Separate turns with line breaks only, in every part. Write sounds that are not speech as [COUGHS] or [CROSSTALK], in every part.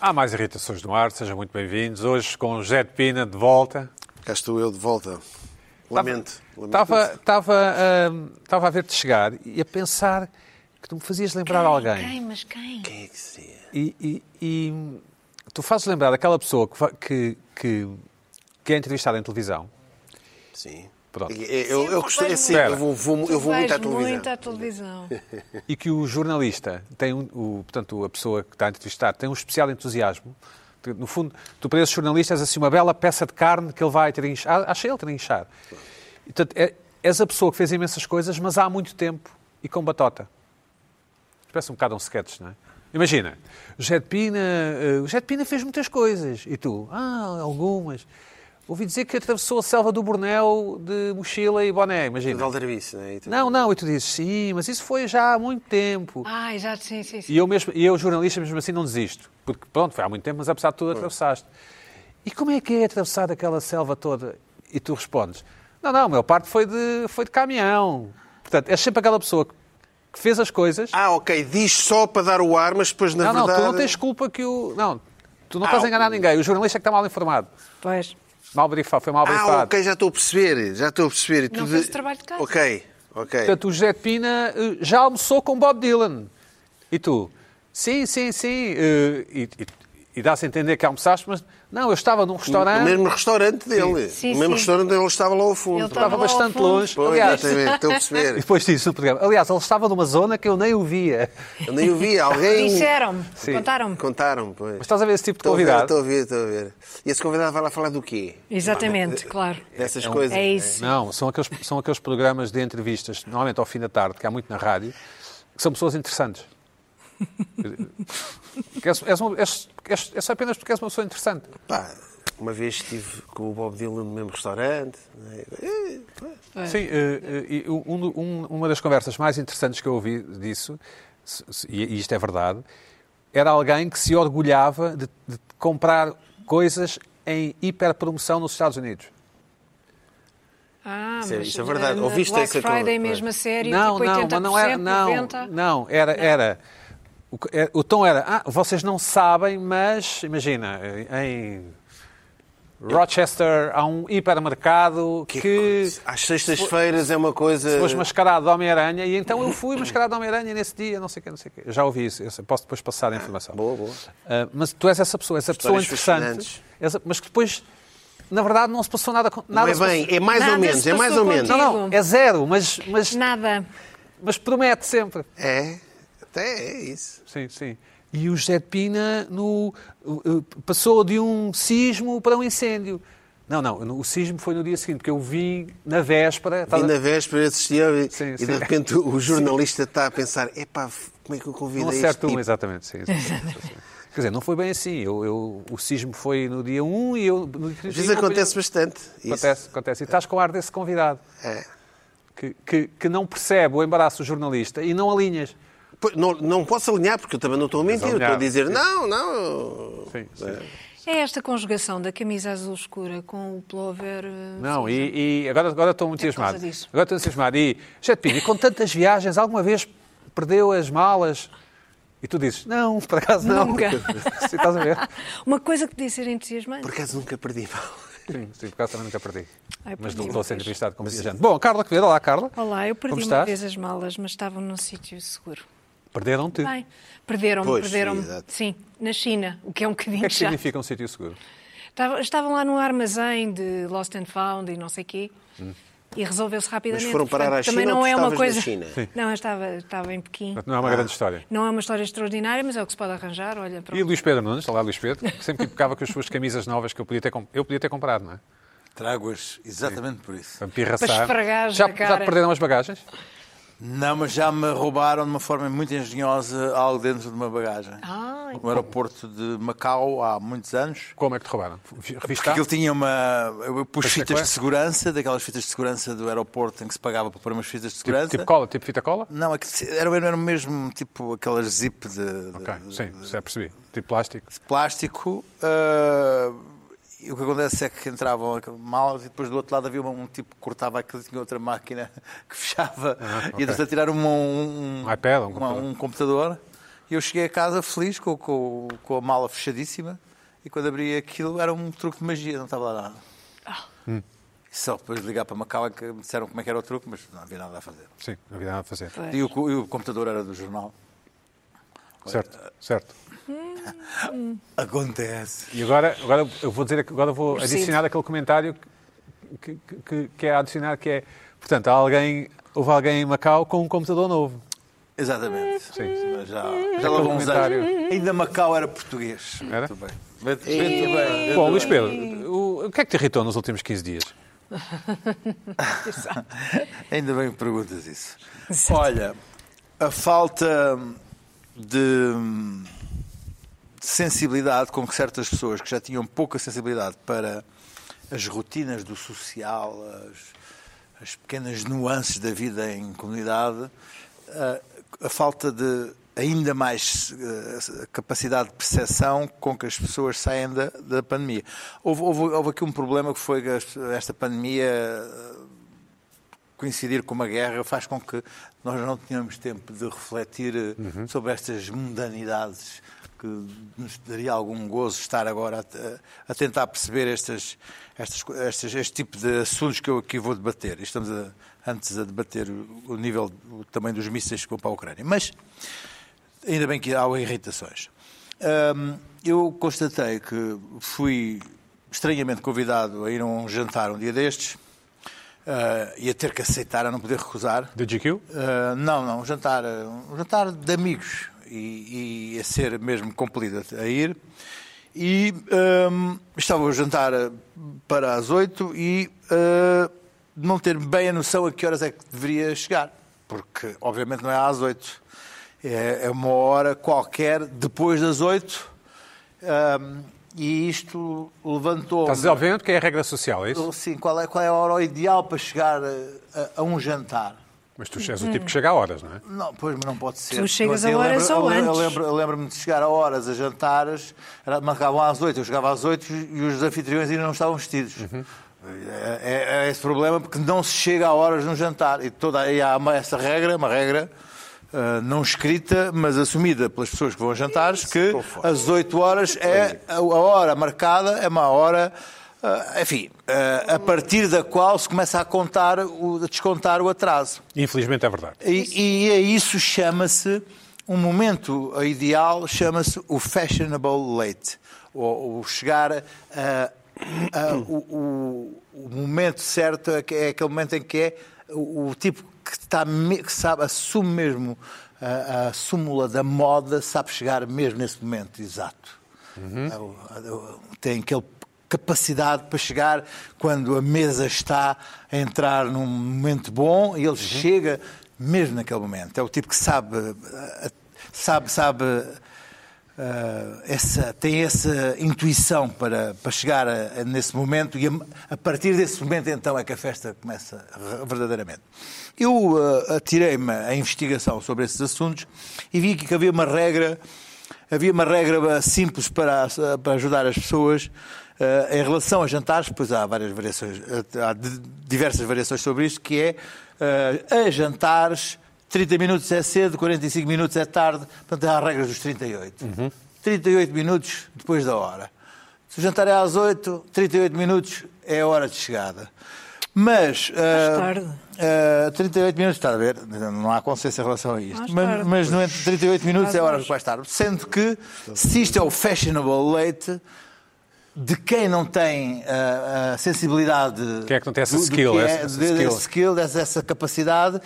Há mais irritações no ar, sejam muito bem-vindos. Hoje com José de Pina de volta.
Cá estou eu de volta. Lamento.
Estava, estava, hum, estava a ver-te chegar e a pensar que tu me fazias lembrar alguém.
Quem, mas quem?
Quem é que seria?
E, e- e tu fazes lembrar aquela pessoa que, va- que, que, que é entrevistada em televisão.
Sim.
Pronto.
Eu, eu, eu,
Sempre
costumo- é
vais
assim,
muito.
eu vou, vou- eu vou muito à
Tu vais
televisão.
muito
[LAUGHS]
à televisão.
e que o jornalista tem um, o, portanto a pessoa que está a entrevistar tem um especial entusiasmo Tu, no fundo tu para esse jornalista és assim uma bela peça de carne que ele vai trinchar acha ele trinchar e, portanto, é, és a pessoa que fez imensas coisas mas há muito tempo e com batota parece um bocado um sketch não é? imagina o José de Pina eh, o José de Pina fez muitas coisas e tu ah algumas ouvi dizer que atravessou a selva do Bornéu de mochila e boné
De
imagina
Alderbice, não é? E tu-
não, não, e tu dizes, sim, mas isso foi já há muito tempo.
Ai, já, sim, sim, sim.
E eu, mesmo, e eu, jornalista, mesmo assim não desisto. Porque, pronto, foi há muito tempo, mas apesar de tudo atravessaste. E como é que é atravessar aquela selva toda? E tu respondes, não, não, a maior parte foi de, foi de caminhão. Portanto, és sempre aquela pessoa que que fez as coisas.
Ah, ok. Diz só para dar o ar, mas depois na
não, não,
verdade...
tu não tens culpa que o... Não, tu não
Ah,
estás a
o-
enganar ninguém. O jornalista é que está mal informado.
Pois.
Mal brifado, foi mal brifado.
Ah, ok. Já estou a perceber. Já estou a perceber. E tu
Não
de-
fez o trabalho de casa.
Ok. Ok.
Portanto, o José de Pina eh, já almoçou com Bob Dylan. E tu? Sim, sim, sim. eh, E, e- e dá-se a entender que almoçaste, mas não, eu estava num
No
restaurante,
mesmo restaurante dele.
Sim,
no mesmo
sim.
restaurante dele estava lá ao
Ele
fundo.
estava-
estava
lá ao
bastante
fundo.
longe.
Pois,
Aliás, e
exatamente. Estou
[LAUGHS]
a perceber.
depois disso no programa. Aliás, ele estava numa zona que eu nem o via.
Eu nem o vi. Alguém...
Disseram-me,
Sim.
contaram-me.
Contaram, pois.
Mas estás a ver esse tipo de
Estou a ver,
convidado?
Estou a ver, estou a ver. E esse convidado vai lá falar do quê?
Exatamente, claro.
Dessas
um
coisas.
É isso.
Não, são aqueles, são aqueles programas de entrevistas, normalmente ao fim da tarde, que há muito na rádio, que são pessoas interessantes. Que és, és uma- és- és- és apenas porque és uma pessoa interessante.
Pá, uma vez estive com o Bob Dylan no mesmo restaurante. não é? Eh, pá.
Sim, eh, eh, e um- um- um- uma das conversas mais interessantes que eu ouvi disso, se- se- e isto é verdade, era alguém que se orgulhava de, de comprar coisas em hiperpromoção nos Estados Unidos.
Ah,
Isso é-
mas
isso é verdade.
na
Ouviste
Black
essa
Friday
coisa,
mesmo a sério,
não,
tipo 80%,
não, mas não era. Não,
90%.
não, era. era o, que- é- o tom era, ah, vocês não sabem, mas imagina, em Rochester há um hipermercado que,
é Às sextas-feiras é uma coisa.
Se fosse mascarado de Homem-Aranha, e então eu fui mascarado de Homem-Aranha nesse dia, não sei o que, não sei o que. Já ouvi isso, eu posso depois passar a informação.
boa, boa.
Ah, mas tu és essa pessoa, essa pessoa
Histórias
interessante,
fascinantes.
essa- mas que depois, na verdade, não se passou nada. com-
Não
nada
é
se
bem, é mais ou
Nada
menos,
se
é mais ou
passou
menos.
passou-
contigo.
Não, não, é zero, mas, mas,
Nada.
mas promete sempre.
É, até é isso.
Sim, sim. E o José de Pina no, uh, uh, passou de um sismo para um incêndio. Não, não, no- o sismo foi no dia seguinte, porque eu vi na véspera. estás
Vim
a-
na véspera assistir e,
Tá Sim, [LAUGHS]
e
sim.
de repente o jornalista está a pensar: epá, f- como é que eu
Não
convidei este
Um acerto
tipo?
uma, exatamente. Sim, sim,
[LAUGHS]
sim, sim. Quer dizer, não foi bem assim. Eu, eu- o sismo foi no dia 1 e eu. No dia
Às vezes acontece bastante. isso.
Acontece, acontece. E estás com o ar desse convidado
É.
que, que, que não percebe o embaraço do jornalista e não alinhas.
Pois, Não, não posso alinhar, porque eu também não estou a mentir. Eu estou a
Desalinhar,
dizer:
sim.
não, não.
Sim, sim.
É esta conjugação da camisa azul escura com o plover. eh,
Não, e, e agora, agora estou muito
É por causa
entusiasmado.
disso.
Agora estou entusiasmado. E, José de Pina, e com tantas viagens, alguma vez perdeu as malas? E tu dizes, não, por acaso não.
Nunca.
[LAUGHS] Sim, estás a ver?
[LAUGHS] Uma coisa que podia ser entusiasmante.
Por acaso nunca perdi mal.
Sim, sim, por acaso também nunca perdi.
Ai,
Mas
perdi
não
uma
estou a ser
vez.
entrevistado como viajante. Bom, Carla Quevedo, olá Carla.
Olá, eu perdi
Como
uma
estás?
vez as malas, mas estavam num sítio seguro.
Perderam-te. O
Bem, perderam-me,
Pois,
perderam-me.
sim, exato.
Sim, na China, o que é um bocadinho
que [LAUGHS] é que
chato.
significa um sítio seguro?
Estava- Estavam lá num armazém de Lost and Found e não sei quê. E resolveu-se rapidamente.
Hum. Mas foram parar à
Portanto, também
China ou
não
tu
é uma
estavas na
coisa.
China? Sim.
Não, eu estava, estava em Pequim.
Portanto, não é uma grande história.
Não é uma história extraordinária, mas é o que se pode arranjar. Olha, pronto.
E Luís Pedro Nunes, olá Luís Pedro, que sempre pipocava com as suas camisas novas que eu podia ter, comp- eu podia ter comprado, não é?
Trago-as exatamente por isso.
Para me pirraçar.
Para esfregar
já,
na cara.
já te perderam as bagagens?
Não, mas já me roubaram de uma forma muito engenhosa algo dentro de uma bagagem.
Ai.
no aeroporto de Macau há muitos anos.
Como é que te roubaram?
Porque
Revista?
aquilo tinha uma. Eu pus
Mas é
fitas
claro.
de segurança, daquelas fitas de segurança do aeroporto em que se pagava para pôr umas fitas de
Tipo,
segurança.
tipo cola, tipo fita cola?
Não, aquilo se- era, era mesmo tipo aquelas zip de, de-
Ok, sim, já percebi. Tipo plástico.
de plástico. ah, e o que acontece é que entravam aqu- malas e depois do outro lado havia um, um tipo que cortava aquilo e tinha outra máquina [LAUGHS] que fechava.
Ah, ok.
E eles atiraram um, um,
Um iPad, um
uma-
computador.
um computador. E eu cheguei a casa feliz com, com, com a mala fechadíssima e quando abri aquilo era um truque de magia, não estava lá nada.
Hum.
E só depois de ligar para Macau é que me disseram como é que era o truque, mas não havia nada a fazer.
Sim, não havia nada a fazer.
Pois.
E o, co- e o computador era do jornal.
Certo, certo.
Acontece.
E agora, agora eu vou dizer, agora vou
Preciso.
adicionar aquele comentário que, que, que- que é adicionar, que é, portanto, há alguém, houve alguém em Macau com um computador novo.
Exatamente.
Sim. É
Mas Já, já lá vão uns
comentário.
anos. Ainda Macau era português.
Era?
Muito bem. Muito, muito bem.
Bom, Luís Pedro, o, o que é que te irritou nos últimos 15 dias?
Ainda bem que perguntas isso. Olha, a falta de de sensibilidade com que certas pessoas que já tinham pouca sensibilidade para as rotinas do social, as, as pequenas nuances da vida em comunidade, a, a falta de ainda mais eh, capacidade de percepção com que as pessoas saem da, da pandemia. Houve, houve, houve aqui um problema que foi que as- esta pandemia coincidir com uma guerra faz com que nós não tenhamos tempo de refletir eh, sobre estas mundanidades que nos daria algum gozo estar agora a, te- a tentar perceber estas, estas, co- estas- este tipo de assuntos que eu aqui vou debater. Estamos a- antes a debater o, o nível o tamanho dos mísseis que vão para a Ucrânia. Mas ainda bem que há irritações. Hum, eu constatei que fui estranhamente convidado a ir a um jantar um dia destes ah, e a ter que aceitar, a não poder recusar.
Do GQ?
Ah, não, não, um jantar, ah, um jantar de amigos e, e a ser mesmo compelido a- a ir. E ahm, estava o jantar ah, para as oito e ah, não ter bem a noção a que horas é que deveria chegar, porque obviamente não é às oito, é, é uma hora qualquer depois das oito. Ahm, e isto levantou.
Estás a dizer, obviamente, que é a regra social, é isso?
Sim, qual é, qual é a hora ideal para chegar a, a- a um jantar?
Mas tu és o tipo que chega a horas, não é?
Não, pois, mas não pode ser.
Tu chegas
Eu
a
lembro-
horas
eu
ou
lembro-
antes?
Eu lembro- eu lembro-me de chegar a horas a jantares, era- marcavam às oito, eu chegava às oito e os anfitriões ainda não estavam vestidos. É, é- é esse problema porque não se chega a horas no jantar. E, toda, e há uma- essa regra, uma regra ah, não escrita, mas assumida pelas pessoas que vão a jantares, que às oito horas é a a hora marcada, é uma hora. ah, enfim, ah, a partir da qual se começa a contar, o, a descontar o atraso.
Infelizmente é verdade.
E, e a isso chama-se um momento ideal, chama-se o fashionable late, ou, ou chegar a, a- o, o- o momento certo, é que- é aquele momento em que é o, o tipo que, está, me- que sabe, assume mesmo a, a súmula da moda, sabe chegar mesmo nesse momento exato. É Tem aquele capacidade para chegar quando a mesa está a entrar num momento bom e ele chega mesmo naquele momento. É o tipo que sabe, eh, sabe, sabe eh, essa, tem essa intuição para, para chegar a- a nesse momento e a, a partir desse momento então é que a festa começa re- verdadeiramente. Eu eh, atirei-me à investigação sobre esses assuntos e vi que havia uma regra Havia uma regra simples para, as- para ajudar as pessoas eh, em relação a jantares, pois há várias variações, eh, há di- diversas variações sobre isto, que é eh, a jantares, 30 minutos é cedo, 45 minutos é tarde, portanto há a regra dos 38. 38 minutos depois da hora. Se o jantar é às 8, 38 minutos é a hora de chegada. Mas. eh,
tarde.
eh, 38 minutos, está a ver? Não há consciência em relação a isto.
Mais
Mas,
tarde.
mas no entanto, 38 minutos é a hora
Às
que vai estar. Sendo que, se isto é o fashionable late, de quem não tem ah, a sensibilidade.
Quem é que não tem essa
do- do
skill,
que é,
essa- essa
de- desse
skill?
skill, dessa, essa capacidade.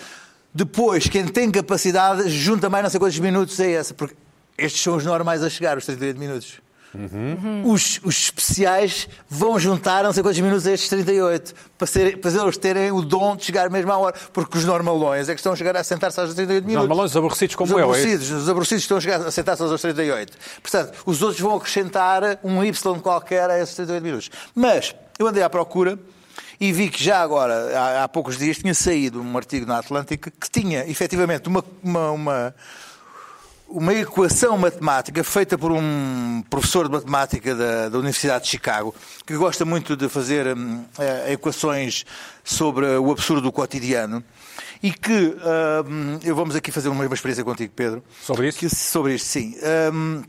Depois, quem tem capacidade, junta mais não sei quantos minutos a essa. Porque estes são os normais a chegar, os 38 minutos.
Uhum.
Os, os especiais vão juntar não sei quantos minutos a estes 38 para, ser, para eles terem o dom de chegar mesmo à hora, porque os normalões é que estão a chegar a sentar-se aos 38 minutos.
normalões, os aborrecidos como eu,
os
é isso?
aborrecidos, os aborrecidos estão a chegar a sentar-se aos 38. Portanto, os outros vão acrescentar um Y qualquer a esses 38 minutos. Mas eu andei à procura e vi que já agora, há, há poucos dias, tinha saído um artigo na Atlântica que tinha efetivamente uma- uma- uma uma equação matemática feita por um professor de matemática da, da Universidade de Chicago, que gosta muito de fazer hum, eh, equações sobre o absurdo do cotidiano, e que, hum, eu vamos aqui fazer uma uma experiência contigo, Pedro.
Sobre isso?
Que, sobre isto, sim. Hum,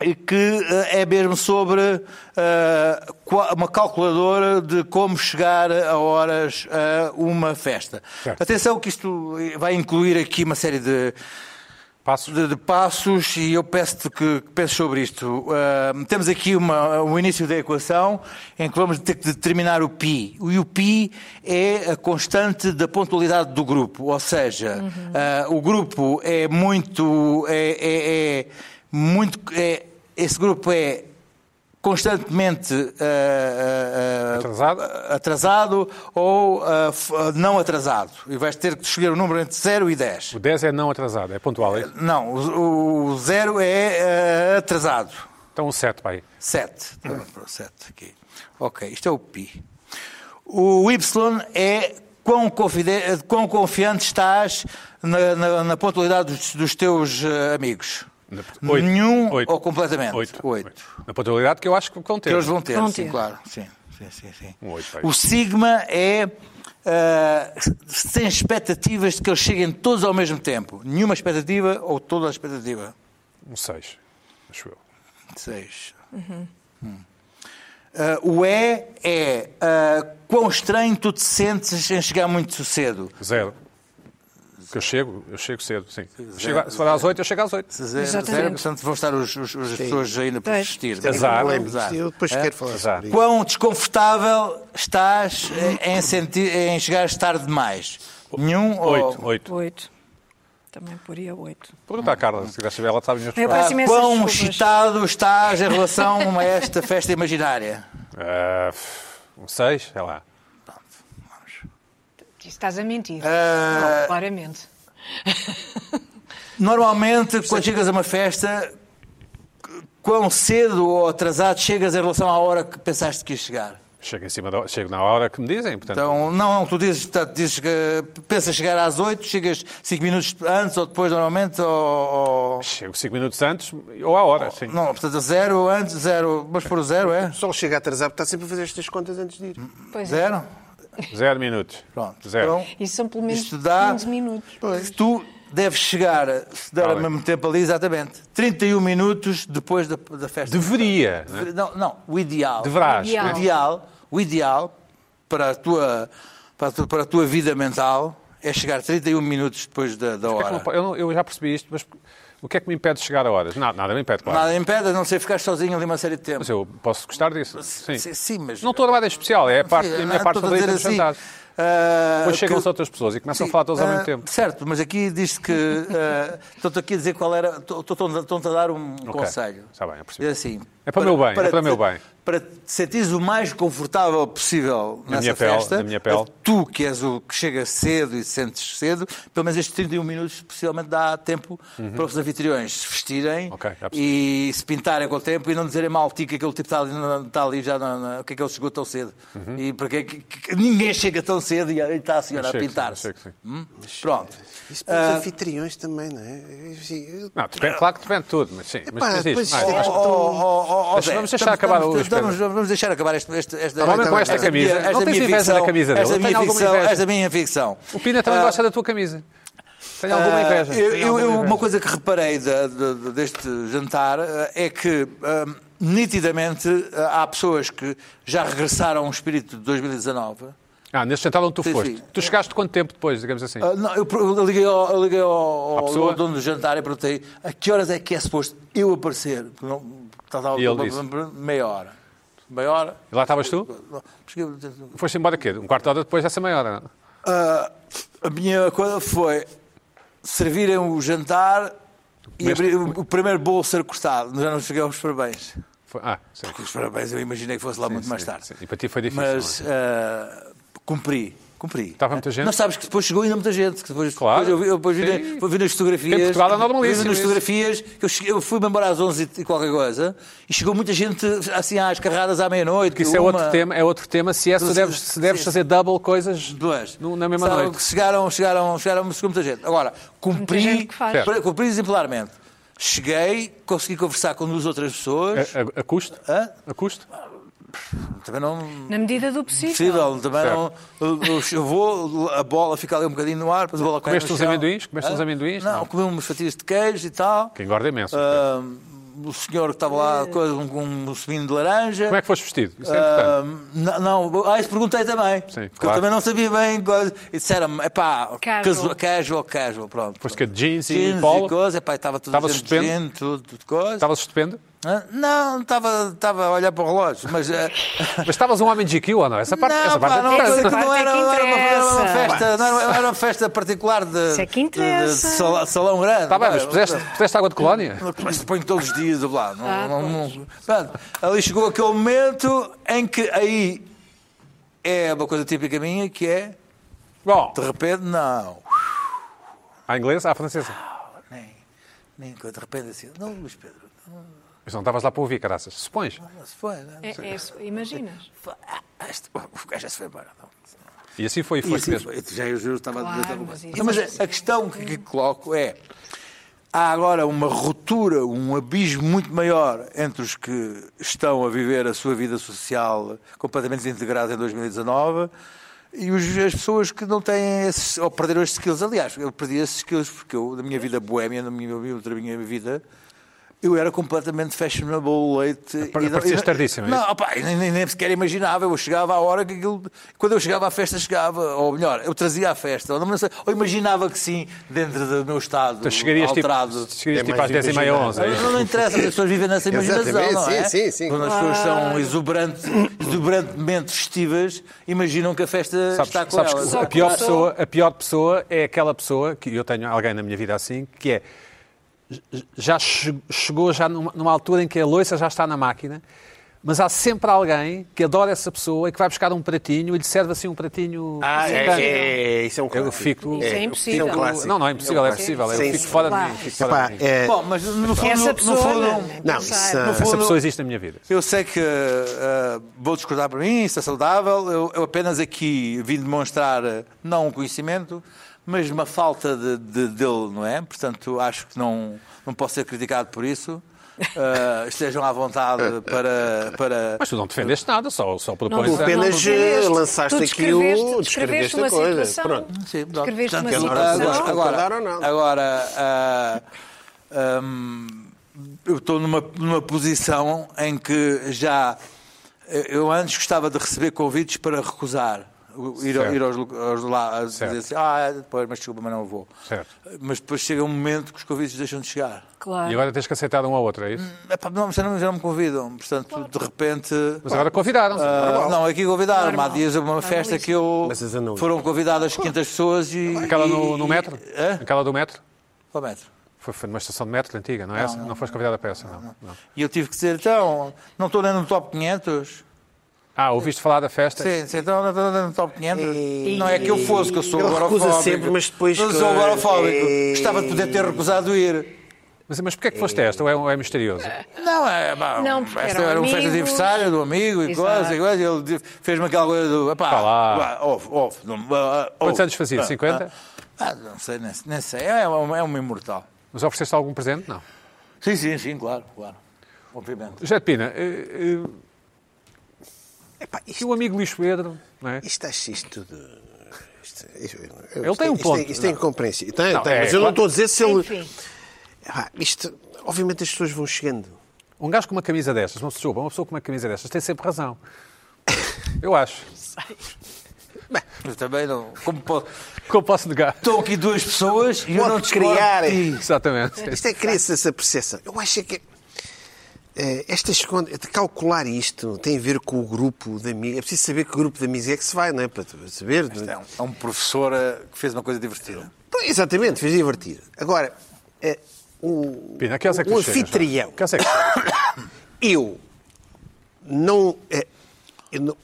e que eh, é mesmo sobre eh, qua- uma calculadora de como chegar a horas a uma festa.
Certo.
Atenção que isto vai incluir aqui uma série de,
Passos?
de, de passos e eu peço-te que, que penses sobre isto. Ah, temos aqui uma, o início da equação em que vamos ter que determinar o pi. E o pi é a constante da pontualidade do grupo, ou seja, ah, o grupo é muito. É, é- é muito é- esse grupo é constantemente ah, ah, ah,
Atrasado?
atrasado ou ah, f- ah, não atrasado. E vais ter que escolher um número entre 0 e 10.
O 10 é não atrasado, é pontual, é? isso?
Não, o, o zero é eh, atrasado.
Então um 7 para aí.
7. Sete aqui. Ok, isto é o pi. O y é quão, confide- quão confiante estás na, na- na pontualidade dos, dos teus eh, amigos.
Oito.
Nenhum
Oito.
ou completamente?
Oito.
Oito.
Na pontualidade que eu acho que vão ter.
Que eles vão ter,
Vão
sim,
ter.
claro. Sim, sim, sim, sim.
Um oito, vai.
o sigma é ah, se tem expectativas de que eles cheguem todos ao mesmo tempo. Nenhuma expectativa ou toda a expectativa.
Um 6, acho eu.
Seis.
Uhum.
Hum. Ah, o E é ah, quão estranho tu te sentes em chegar muito cedo.
Zero. Porque eu chego, eu chego cedo, sim. Chego a- se for às 8, eu chego às 8.
Zero,
Exatamente.
zero, portanto vão estar os, os- as pessoas ainda por
Pois.
assistir.
[LAUGHS]
Azar.
Azar.
Eu depois
É?
quero falar
Azar.
sobre isso.
Quão desconfortável estás em, sentir, em chegar tarde demais? Nenhum
Oito,
ou...
oito.
Oito. Também poria oito.
Pergunta à Carla, se quiser saber, ela sabe
É
mesmo.
Eu peço imensas
Ah, quão
desculpas.
excitado estás em relação a esta festa imaginária?
Ah, f- um 6, sei lá.
Estás a mentir.
Ah.
Não, claramente.
Normalmente, quando chegas a uma festa, quão cedo ou atrasado chegas em relação à hora que pensaste que ias chegar?
Chego, em cima da, hora- chego na hora que me dizem, portanto.
Então, não, tu dizes, portanto, dizes que pensas chegar às 8, chegas 5 minutos antes ou depois, normalmente, ou. ou-
Chego 5 minutos antes ou à hora, sim.
Oh, Não, portanto, zero antes, zero. Mas por zero é?
O pessoal chega atrasado porque está sempre a fazer estas contas antes de ir.
Pois é.
Zero?
Zero minutos.
Pronto.
Zero.
Então,
Isso são pelo menos
Isto dá-
15 minutos.
tu deves chegar, se der ao
Tá bem.
mesmo tempo ali, exatamente, 31 minutos depois da, da festa.
Deveria. Né?
Não, não, o ideal.
Deverás.
Ideal.
né?
O ideal, o ideal para, a tua, para, a tua, para a tua vida mental é chegar 31 minutos depois
É
da, da
que não
hora.
po- Eu, não- eu já percebi isto, mas o que é que me impede de chegar a horas? Nada, nada me impede, claro.
Nada impede a não ser ficar sozinho ali uma série de tempo.
Mas eu posso gostar disso. Sim.
Sim, sim, mas.
Não estou a nada em especial, é a, parte, a minha parte
estou a
favorita
dizer
de
assim,
jantar.
ah,
Depois
que-
chegam-se outras pessoas e começam
Sim,
a falar todos ao
ah,
mesmo tempo.
Certo, mas aqui diz que. ah, Estou-te aqui a dizer qual era. estou- estou- Estão-te a dar um conselho.
Está bem, eu percebi.
Diz assim.
É para o meu bem, é para o meu
te-
bem.
Para te sentires o mais confortável possível
Na
nessa
minha pele,
festa,
na minha pele.
tu que és o que chega cedo e te sentes cedo, pelo menos estes 31 minutos possivelmente dá tempo para os anfitriões se vestirem
Uhum. Ok, já
e se pintarem com o tempo e não dizerem mal ti que aquele tipo está ali, na- está ali já, na, na- o que é que ele chegou tão cedo.
Uhum.
E porque é que, que ninguém chega tão cedo e aí está a senhora
Chego,
a
sim,
pintar-se.
chego, sim.
Hum? Pronto.
Isso para os anfitriões também, não é? Assim, eu-
Não, depende, claro que depende de tudo, mas sim. Mas,
Epá,
mas
depois
isto, mais,
isto é-
mais-
acho que estão-
oh,
Então, Deixa- vamos deixar acabar Então, o
estamos,
experimento.
estamos, Vamos deixar acabar este. este, esta-
bem,
com esta
camisa.
minha-
Não tens
minha
inveja
ficção,
da camisa dele.
Esta
Eu tenho
minha,
alguma
ficção,
inveja.
esta minha ficção.
O Pina também
Ah,
gosta da tua camisa. Tenho alguma inveja.
eu-
tenho
eu-
alguma
eu-
inveja.
uma coisa que reparei da- da- da- deste jantar ah, é que ah, nitidamente ah, há pessoas que já regressaram ao espírito de 2019.
Ah, neste jantar onde tu
Sim,
foste.
sim.
Tu chegaste quanto tempo depois, digamos assim?
Ah, não, eu, per- eu liguei, ao, eu liguei ao, ao-
À pessoa?
ao dono do jantar e perguntei a que horas é que é suposto eu aparecer? Porque Não, estava-
E ele disse?
Meia hora. Meia hora.
E lá estavas tu?
Cheguei-
Foste embora quê? Um quarto de hora depois dessa meia hora? não? é?
Ah, a minha coisa foi servirem o jantar e abrir o o primeiro bolo ser cortado. Já não cheguei aos parabéns.
Foi- Ah, sim.
Os parabéns eu imaginei que fosse lá muito mais tarde.
sim. E para ti foi difícil, é?
Mas ah, cumpri. Cumpri.
Estava muita gente?
Não sabes que depois chegou ainda muita gente. Que depois,
Claro.
Depois eu vi, eu depois vi,
Sim.
eu vi nas fotografias.
Em Portugal é
Eu vi
normalíssimo
nas
isso.
fotografias. que Eu, cheguei- eu fui-me embora às 11 e qualquer coisa. E chegou muita gente assim às carradas à meia-noite.
Que isso é outro
uma-
tema, é outro tema. Se é, se
Sim,
deves,
sim,
se deves
sim.
fazer double coisas
Duas.
no- na mesma
Sabe,
noite.
Chegaram, chegaram, chegaram, chegou muita gente. Agora,
Muita gente
cumpri,
que faz.
cumpri exemplarmente. Cheguei, consegui conversar com duas ou três pessoas.
A, a, a custo?
Hã?
A custo?
Também não.
Na medida do possível.
Possível, também não. Eu, eu- eu vou, a bola fica ali um bocadinho no ar, depois a bola cai
Comeste
no
uns
chão.
amendoins? Comeste
Hã?
uns amendoins?
Não,
Não.
comi umas fatias de queijo e tal.
Que engorda imenso.
Ah, o senhor que estava
Eh.
lá com um, um suminho de laranja.
Como é que foste vestido? Isso é importante.
Ah, não, não, ah, isso perguntei também.
Sim,
porque eu
claro.
também não sabia bem. qual- E disseram-me, é pá,
Casual.
casual, casual, casual, pronto.
Foste que de jeans,
Jeans
e
e
polo?
coisa, epá, estava tudo
Estavas
dentro de
estupendo?
jeans, tudo, tudo coisa.
Estavas estupendo?
Ah, Não, estava, estava a olhar para o relógio, mas... ah,
Mas estavas um homem de GQ ou não? Essa parte,
não,
essa parte
pá,
é
não,
importante.
aquilo não
Parte é
era,
que
não era uma, era uma
interessa.
festa, não era, era uma festa particular de,
Isso é que
de- de
interessa.
sala- salão grande.
Está Tá bem, mas
Pá,
puseste, puseste água de colónia?
mas ponho todos os dias lá. Não,
Ah,
não- não- Portanto, ali chegou aquele momento em que aí é uma coisa típica minha que é,
Bom,
de repente, não.
à inglesa, à francesa.
Nem, nem que eu de repente assim, não, Luís Pedro,
Mas não estavas lá para ouvir, caraças. Supões.
não se foi, né? não.
É, é isso, imaginas?
Ah, este- o gajo já se foi embora. Não.
E assim foi,
E
foi
assim,
mesmo.
foi. já eu juro, estava
Claro,
eu estava-
mas isso- é assim.
Não, mas a, a questão que, que coloco é: há agora uma ruptura, um abismo muito maior entre os que estão a viver a sua vida social completamente desintegrada em 2019 e os, as pessoas que não têm esses, ou perderam esses skills. Aliás, eu perdi esses skills porque eu, na minha vida boémia, na minha, na minha vida. Eu era completamente fashionable late. e não-
Aparecias
e não-
tardíssimo, é
Não, opá, eu nem, nem- nem sequer imaginava. Eu chegava à hora que aquilo. Quando eu chegava à festa, chegava. Ou melhor, eu trazia à festa. Ou, não sei, ou imaginava que sim, dentro do meu estado
Tu chegarias tipo,
alterado.
chegarias
É
tipo às
mais
10 e meia,
imaginário.
11. é
Mas
isso?
Não, não interessa, as pessoas vivem nessa imaginação,
Exatamente,
não é?
sim, sim, sim. Ah.
Quando as pessoas são exuberantes, exuberantemente festivas, imaginam que a festa
Sabes,
está com
sabes
elas.
que a pior, pessoa, a pior pessoa é aquela pessoa que eu tenho alguém na minha vida assim, que é já che- chegou já numa, numa altura em que a loiça já está na máquina, mas há sempre alguém que adora essa pessoa e que vai buscar um pratinho e lhe serve assim um pratinho.
Ah, é,
secante.
é, é, isso é um clássico.
Eu fico.
Isso é
eu fico-
impossível.
um clássico.
Não, não é impossível, é,
um clássico.
possível.
Sim,
Eu fico
sim.
fora de
Claro.
mim. Fico fora
Epá,
de mim.
é,
Bom, mas no fundo,
Essa
no
pessoa.
fundo
Não,
sabe.
isso, ah,
Essa pessoa existe na minha vida.
Eu sei que ah, vou discordar para mim, isso é saudável. Eu, eu apenas aqui vim demonstrar ah, não um conhecimento, mas uma falta de, de- dele, não é? Portanto, acho que não, não posso ser criticado por isso. Ah, estejam à vontade para. para...
Mas tu não defendeste nada, só, só propões.
Não,
a-
não
apenas
defendeste.
eh, lançaste
é. Tu
aquilo,
descreveste- descreveste
descreveste
uma
a coisa.
situação.
Pronto.
Sim, pronto.
Descreveste uma
Portanto,
situação.
Agora,
Concordar ou não?
agora, ah, hum, eu estou numa, numa posição em que já. eh, Eu antes gostava de receber convites para recusar. o- Ir, ao-
Certo.
ir aos, lu- aos lá, a dizer
Certo.
assim, ah, depois, mas desculpa, mas não vou.
Certo.
Mas depois chega um momento que os convites deixam de chegar.
E
Claro.
agora tens que aceitar um ao outro, é isso?
Epá, não, já não, já não me convidam. Portanto, de repente.
Mas agora convidaram-se.
ah, não, aqui convidaram-me. Há
Normal.
dias uma festa que eu.
Mas as anúncios.
Foram convidadas 500 pessoas e.
Aquela
e-
no, no metro?
Hã?
Aquela do metro?
Qual metro?
Foi, foi numa estação de metro antiga, não é essa? Não, foste convidada para essa, não. não.
E eu tive que dizer, então, não estou nem no top 500.
Ah, ouviste falar da festa?
Sim, sim, então não estou nem no top 500. Não é que eu fosse, que eu sou
Ele recusa
agorafóbico.
sempre, mas depois
Eu
que-
sou agorafóbico.
Ei.
Gostava de poder ter recusado ir.
Mas, mas porquê é que foste esta? Ou é, ou é misterioso?
Não, é, pá,
Não, porque
esta
eram
era uma
amigos.
festa de aniversário do amigo e
Exato.
coisa, e coisa. Ele di- fez-me aquela coisa do. Epá,
Tá lá.
vá, ouve, ouve, não- ah, ouve.
Quantos anos fazia?
Ah,
50?
Ah, ah, não sei, nem, nem sei. É um, é um imortal.
Mas ofereceste algum presente? Não.
Sim, sim, sim, claro, claro. Obviamente.
José de Pina, eh, eh,
Epá,
e
isto,
o amigo Luís Pedro, não é?
isto acho isto tudo. Isto, isto,
Ele tem um
isto,
ponto,
Isto, é incompreensível. Tem,
Não,
tem,
é,
mas eu
claro.
não estou a dizer se ele.
Enfim.
Epá, isto, obviamente as pessoas vão chegando.
Um gajo com uma camisa destas, não se desculpa, uma pessoa com uma camisa destas tem sempre razão. Eu acho.
Eu também não. Como posso.
Como posso negar?
Estão aqui duas pessoas e eu
Pode
não discordo
criar.
de ti.
Exatamente.
Isto é que cria-se essa percepção. Eu acho é que. eh, estas con- de calcular isto tem a ver com o grupo de amigos. É preciso saber que grupo de amigos é que se vai, não é? Para tu saber. não é?
É um, é um professor eh, que fez uma coisa divertida.
Pois, Exatamente, fez divertir. Agora, eh, o,
Pina, que horas é que
o
tu chegas,
anfitrião,
não é? Que horas é que chegas?
eu não, eh, eu não-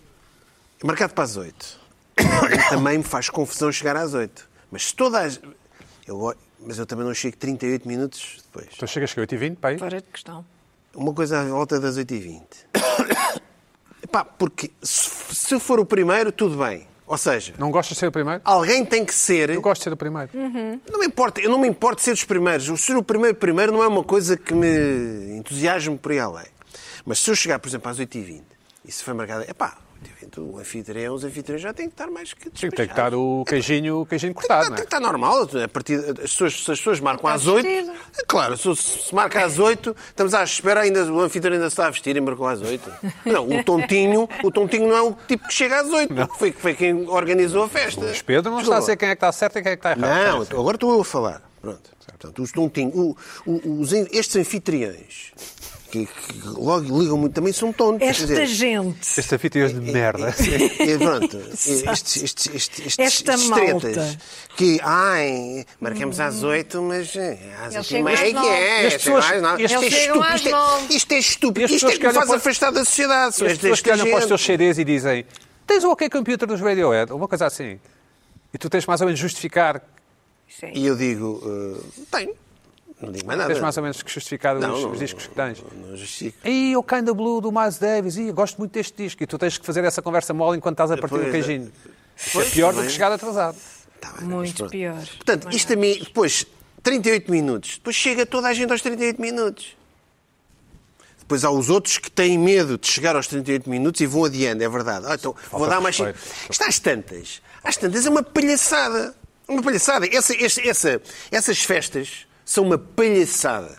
É marcado para as oito. [COUGHS] E também me faz confusão chegar às oito. Mas se toda as. Eu, go- mas eu também não chego 38 minutos depois.
Tu chegas que 8h20 para aí?
Fora de questão.
Uma coisa à volta das [COUGHS] 8h20. Epá, porque se, se for o primeiro, tudo bem. Ou seja,
Não gostas de ser o primeiro?
alguém tem que ser.
Eu gosto de ser o primeiro.
Hum. Não me importa, eu não me importo de ser dos primeiros. O ser o primeiro primeiro não é uma coisa que me entusiasme por aí além. Mas se eu chegar, por exemplo, às 8h20, e se foi marcada, é pá, 8h20, o anfitrião, os anfitriões já têm que estar mais que
Tem
despejados.
que estar o queijinho, o queijinho
Tem que
cortado,
estar-
não
tá, tem que
é?
estar normal, a partir, as, pessoas, se as pessoas marcam
Está
às 8.
vestido.
É Claro, se, se marca às 8, estamos à espera, ainda, o anfitrião ainda se está a vestir e marcou às 8. Não, o tontinho, o tontinho não é o tipo que chega às 8. Foi, foi quem organizou a festa.
Mas Pedro não está a dizer quem é que está certo e quem é que está errado.
Não, então agora estou eu a falar. Pronto. Portanto, os tontinhos, o- o- os, en- estes anfitriões, que, que logo ligam muito também, são tontos. quer
Esta
dizer,
gente.
Este anfitrião de merda.
é- é- pronto, estes,
Exato.
estes, estes, estes,
Esta
estes tretas
malta.
que, ai, marcamos às oito, mas eh, às
Eles
oito e meia é
chegam às
que
nove.
é.
As pessoas-
chegam às nove.
eles
Isto é
chegam
estúpido,
às
isto é-
nove.
Isto é
E
estúpido,
as
isto
pessoas
é
que
que me
olham
faz
para-
afastar da sociedade. são
as
esta
pessoas que olham para os
gente.
teus CDs e dizem tens o OK Computer dos Radiohead, ou uma coisa assim. E tu tens mais ou menos justificar,
Sim.
E eu digo, eh, tenho. Não digo mais
tens mais
nada.
ou menos que justificar os,
Não, não,
os discos que tens.
Não justifico.
E o Kinda Blue do Miles Davis, e gosto muito deste disco. E tu tens que fazer essa conversa mole enquanto estás a partir do
Pois, é.
queijinho. Isso é
pois,
pior do
também.
que chegar atrasado.
Tá bem,
Muito
mas pronto.
pior.
Portanto,
Mas
isto a mim, depois, 38 minutos. Depois chega toda a gente aos 38 minutos. Depois há os outros que têm medo de chegar aos 38 minutos e vão adiando, é verdade. Ah, então, vou dar mais.
respeito.
Está às tantas. Às tantas é uma palhaçada. Uma palhaçada. Essa, esse- essa- essas festas são uma palhaçada.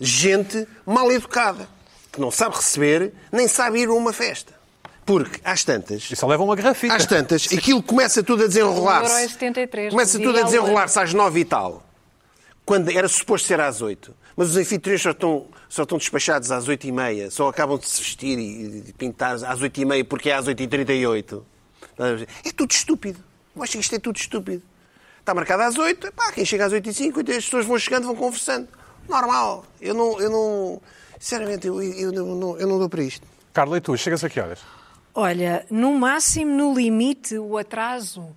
Gente mal educada, que não sabe receber, nem sabe ir a uma festa. Porque, às tantas,
E só leva uma garrafita.
às tantas, aquilo começa tudo a desenrolar-se.
Euro é 73,
Começa
dizia
tudo a
ela.
desenrolar-se às nove e tal. Quando era suposto ser às oito. Mas os anfitriões só estão, só estão despachados às oito e meia. Só acabam de se vestir e de pintar às oito e meia porque é às oito e trinta e oito. É tudo estúpido. Eu acho que isto é tudo estúpido. Está marcado às oito. Pá, quem chega às oito e cinco, então as pessoas vão chegando, vão conversando. Normal. Eu não... Eu não sinceramente, eu, eu não, eu não dou para isto.
Carla, e tu, chegas a que horas?
Olha, no máximo, no limite, o atraso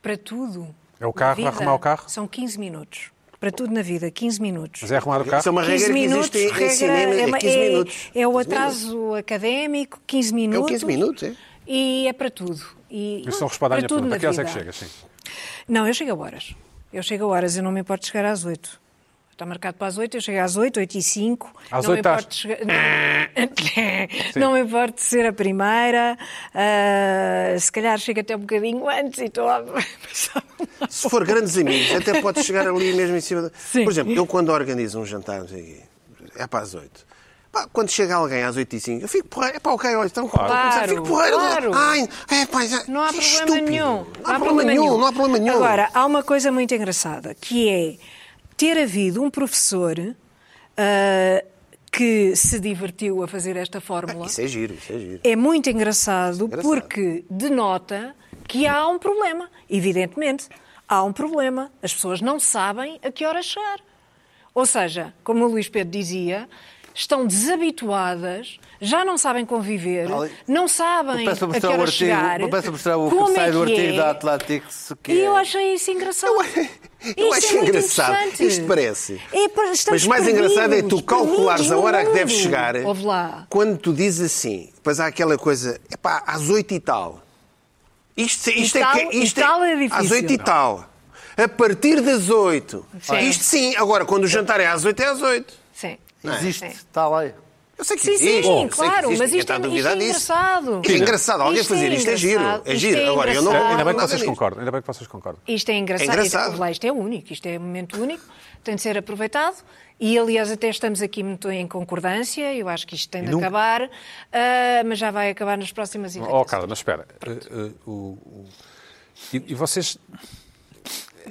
para tudo.
É o
na
carro,
vida,
arrumar o carro?
São 15 minutos. Para tudo na vida, 15 minutos.
Mas é arrumar o
Isso é
carro?
uma regra
15
que
minutos,
existe em,
regra,
em cinema. É,
uma-
15 minutos.
é o
15 minutos.
atraso académico, 15 minutos.
15 minutos, é?
E é para tudo. E,
Isso não responde à minha
para
pergunta.
tudo na
A que horas é que
vida.
chegas? Sim.
Não, eu chego a horas. Eu chego a horas, eu não me importo de chegar às 8. Está marcado para as 8, eu chego às 8, 8 e 5.
Às
não me
oito
importo de chegar... [LAUGHS] Não me importo de ser a primeira. Ah, se calhar chego até um bocadinho antes e estou a passar uma
Se for grandes amigos, até pode chegar ali mesmo em cima. Da...
Sim.
Por exemplo, eu quando organizo um jantar, não sei o quê, é para as 8. Pá, quando chega alguém às 8 e 5 eu fico porreiro. É pá, ok, olha, então claro.
Claro,
fico porreiro. né?
claro.
Ai, é pá, já...
[LAUGHS] Não há
que
problema
estúpido.
nenhum.
Não há problema nenhum, não há problema nenhum.
Agora, há uma coisa muito engraçada, que é ter havido um professor ah, que se divertiu a fazer esta fórmula.
Isso é giro, isso é giro.
É muito engraçado,
Engraçado.
porque denota que há um problema, evidentemente. Há um problema. As pessoas não sabem a que hora chegar. Ou seja, como o Luís Pedro dizia, estão desabituadas, já não sabem conviver,
Ali-
não sabem
Peço a
a que
mostrar o
hora
artigo,
chegar.
eu peço a mostrar o
como
que sai
é
do
que
artigo
é.
da Atlantic. se que
E eu
é-
achei isso engraçado.
eu
Isso
acho
é muito
engraçado.
interessante.
Isto parece.
É, pá, estamos
Mas mais
perdidos,
engraçado é tu calculares
perdidos
a
no
hora a que
mundo.
deves chegar
Ouve lá.
quando tu dizes assim. Pois há aquela coisa, epá, às 8 e tal. Isto, isto
E
é
tal-
que. Isto
e tal é difícil.
Às 8 e tal. A partir das 8.
Sim.
Isto sim. Agora, quando o jantar é às 8, é às 8.
Sim.
é?
Existe,
Sim.
é. está lá.
Eu sei que
Sim,
existe.
sim,
eu sei que
claro,
existe,
mas
ninguém
isto
está a
é-
duvidar
isto é
disso.
engraçado.
Isto é engraçado. Alguém
Isto é
fazer isto é giro.
engraçado,
É
isto
giro.
é
Agora, eu não. é
engraçado.
Ainda bem que
nada
vocês
nisto.
concordam. Ainda bem que vocês concordam.
Isto é engraçado.
É engraçado.
Isto, lá, isto é único, isto é um momento único, tem de ser aproveitado. E, aliás, até estamos aqui muito em concordância, eu acho que isto tem de
nunca-
acabar, ah, mas já vai acabar nas próximas
Oh,
eleições.
Carla, mas espera. Eh, eh, o- o- E, e vocês.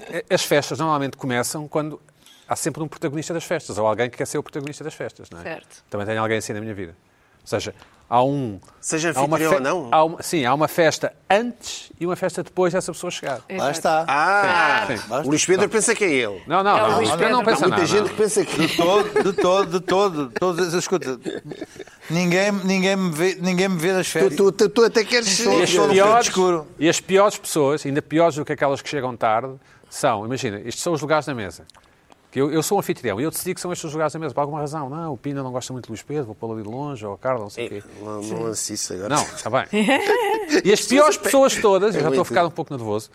eh, As festas normalmente começam quando há sempre um protagonista das festas, ou alguém que quer ser o protagonista das festas, não é?
Certo.
Também tenho alguém assim na minha vida. Ou seja, há um.
Seja
há uma
anfitrião
fe-
ou não.
há uma- sim, há uma festa antes e uma festa depois dessa pessoa chegar.
Lá está.
Ah,
Sim.
o Luís Pedro pensa que é ele.
Não, não,
É o
não.
Luís
não,
Pedro.
não
Há
Há
pensa
muita
nada,
gente
não.
que pensa que. é
De todo, de todo, de todo. Todas essas coisas. Ninguém, ninguém, me vê, ninguém me vê nas férias.
Tu, tu- tu até queres.
E
E
as
as,
Estou no
piores,
preto escuro.
e as piores pessoas, ainda piores do que aquelas que chegam tarde, são, imagina, estes são os lugares da mesa. Que eu, eu sou um anfitrião e eu decidi que são estes os lugares da mesa, por alguma razão. Não, o Pina não gosta muito de Luís Pedro, vou pô-lo ali de longe, ou a Carla, não sei o quê.
Não, não lance isso agora.
Não, está
[LAUGHS]
bem. E as piores pessoas todas, eu já estou a
muito.
ficar um pouco nervoso,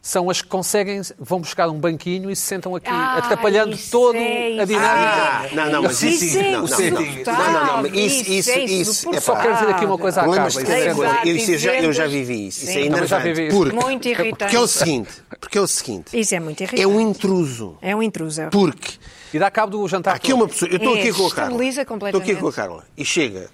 são as que conseguem, vão buscar um banquinho e se sentam aqui,
Ah,
atrapalhando
isso
todo
é,
a
isso
dinâmica.
Ah, não, não, mas isso,
Isso é
não, não, não, não, não, mas isso, isso,
insuportável,
isso,
isso é
é
Só
pá,
quero dizer aqui uma coisa à
problemas
Carla.
de
isso é
cada
Exato,
sempre-
coisa. Isso eu já, eu já
irritantes.
vivi isso, isso é
Sim.
Também já
enervante.
vivi isso.
Porque,
Muito irritante.
Porque é o seguinte, porque é o seguinte,
Isso é muito irritante.
é um intruso,
É um intruso. é.
porque
E dá cabo do jantar.
aqui é uma pessoa, eu estou
É,
aqui com a Carla, estou
destabiliza
aqui
completamente.
com a Carla, e chega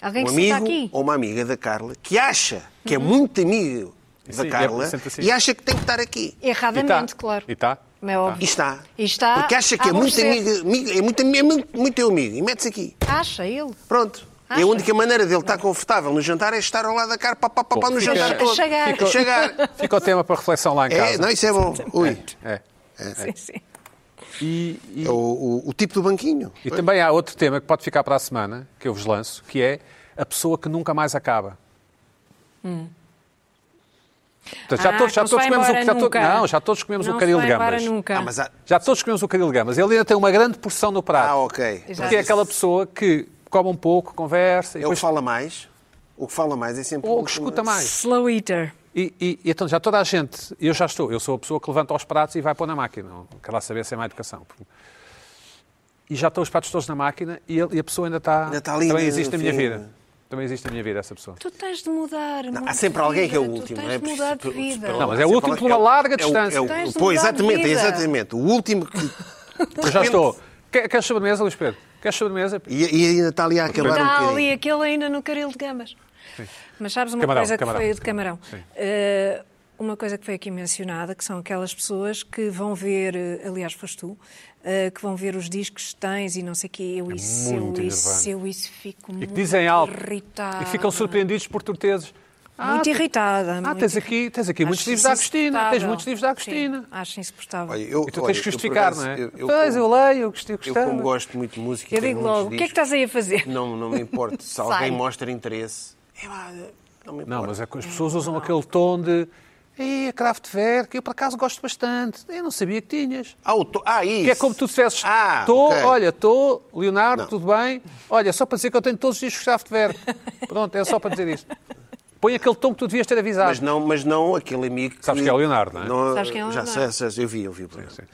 Alguém
um
que se está
amigo
aqui. Uhum.
ou uma amiga da Carla que acha que é muito amigo da
Sim, é
Carla
sempre assim.
e acha que tem que estar aqui.
E tá.
Erradamente, claro.
E tá.
Como é óbvio.
E está.
E está
Porque acha que
a
é muito,
aborrecer.
amigo, amigo- é muito, ami- é muito, muito teu amigo e mete-se aqui.
Acha ele?
Pronto. É
Acha?
a única maneira dele estar confortável no jantar é estar ao lado da cara, pá, pá, pá, pá, no
fica-
jantar todo.
chegar.
Fica- chegar.
Fica o tema para reflexão lá em
É,
casa.
não, isso é bom. Ui.
É.
Sim, sim.
E, e-
É o, o- o tipo do banquinho.
e também há outro tema que pode ficar para a semana, que eu vos lanço, que é a pessoa que nunca mais acaba. Portanto, já
Hum. Ah,
todos, já
não
todos
se vai
comemos o
embora
já to-
nunca.
Não, já todos comemos
Não
o
se
caril de
vai embora
gambas.
nunca.
Ah, mas há...
Já todos comemos o caril de gambas. Ele ainda tem uma grande porção no prato.
Ah, ok.
Exato.
Porque é aquela pessoa que come um pouco, conversa e
É o que
depois...
fala mais. O que fala mais é sempre...
ou
o-
que escuta mais.
Slow eater.
E, e- e então já toda a gente, eu já estou, eu sou a pessoa que levanta os pratos e vai pôr na máquina. Não quero lá saber se é má educação. E já estão os pratos todos na máquina e, ele- e a pessoa ainda está.
Ainda está ali,
também
né,
existe na minha
enfim.
vida. Também existe na minha vida essa pessoa.
Tu tens de mudar. Não,
Há sempre alguém que é o último,
Tu
não é?
tens de mudar de vida.
Não, mas é o último por uma
É o-
larga
é o-
distância.
é o-
Tens de
Pois,
mudar de
exatamente, é
vida.
exatamente. O último que... Então,
Eu já estou. Quer- Queres sobremesa, Luís Pedro? Queres sobremesa?
E, e ainda está ali a acabar um
Está
bocadinho.
ali aquele ainda no caril de gambas. Mas sabes uma
Camarão,
coisa que
camarão.
foi de camarão?
Sim.
Eh, uma coisa que foi aqui mencionada, que são aquelas pessoas que vão ver, eh, aliás, foste tu, eh, que vão ver os discos que tens e não sei o quê. Eu isso, eu
É muito
isso,
enervante.
eu isso, fico
E
muito
que dizem algo.
irritada.
E ficam surpreendidos por turteses.
Muito irritada.
Ah,
muito
tens
irritada.
aqui, tens aqui muitos
Acho
livros da Agostina. Tens
insuportável.
muitos livros da
Sim,
Agostina.
acho insuportável.
Olha, eu-
E tu
olha,
tens
eu,
que
por
justificar,
acaso,
não é?
eu- eu
pois,
como-
eu leio, eu gostei,
Eu,
gostei.
como gosto muito de música, e
Eu
tenho
digo
muitos
logo, o que é que
discos,
estás aí a fazer?
Não, não me importo. Se alguém
Sai.
mostra interesse, é pá, não me importa.
Não, mas é que as pessoas usam aquele tom de. Ih, a Kraftwerk, eu por acaso gosto bastante. Eu não sabia que tinhas.
Ah, o to- ah, isso.
Que é como tu dissesses,
Ah,
tô,
ok.
olha, estou, Leonardo,
Não.
tudo bem. Olha, só para dizer que eu tenho todos os discos de Kraftwerk. Pronto, é só para dizer isto. Põe aquele tom que tu devias ter avisado.
Mas não, mas não aquele amigo que...
Sabes que é o Leonardo, não é?
Sabes quem é o
Já
Leonardo.
sei, sei, eu vi, eu vi. o programa.
sim.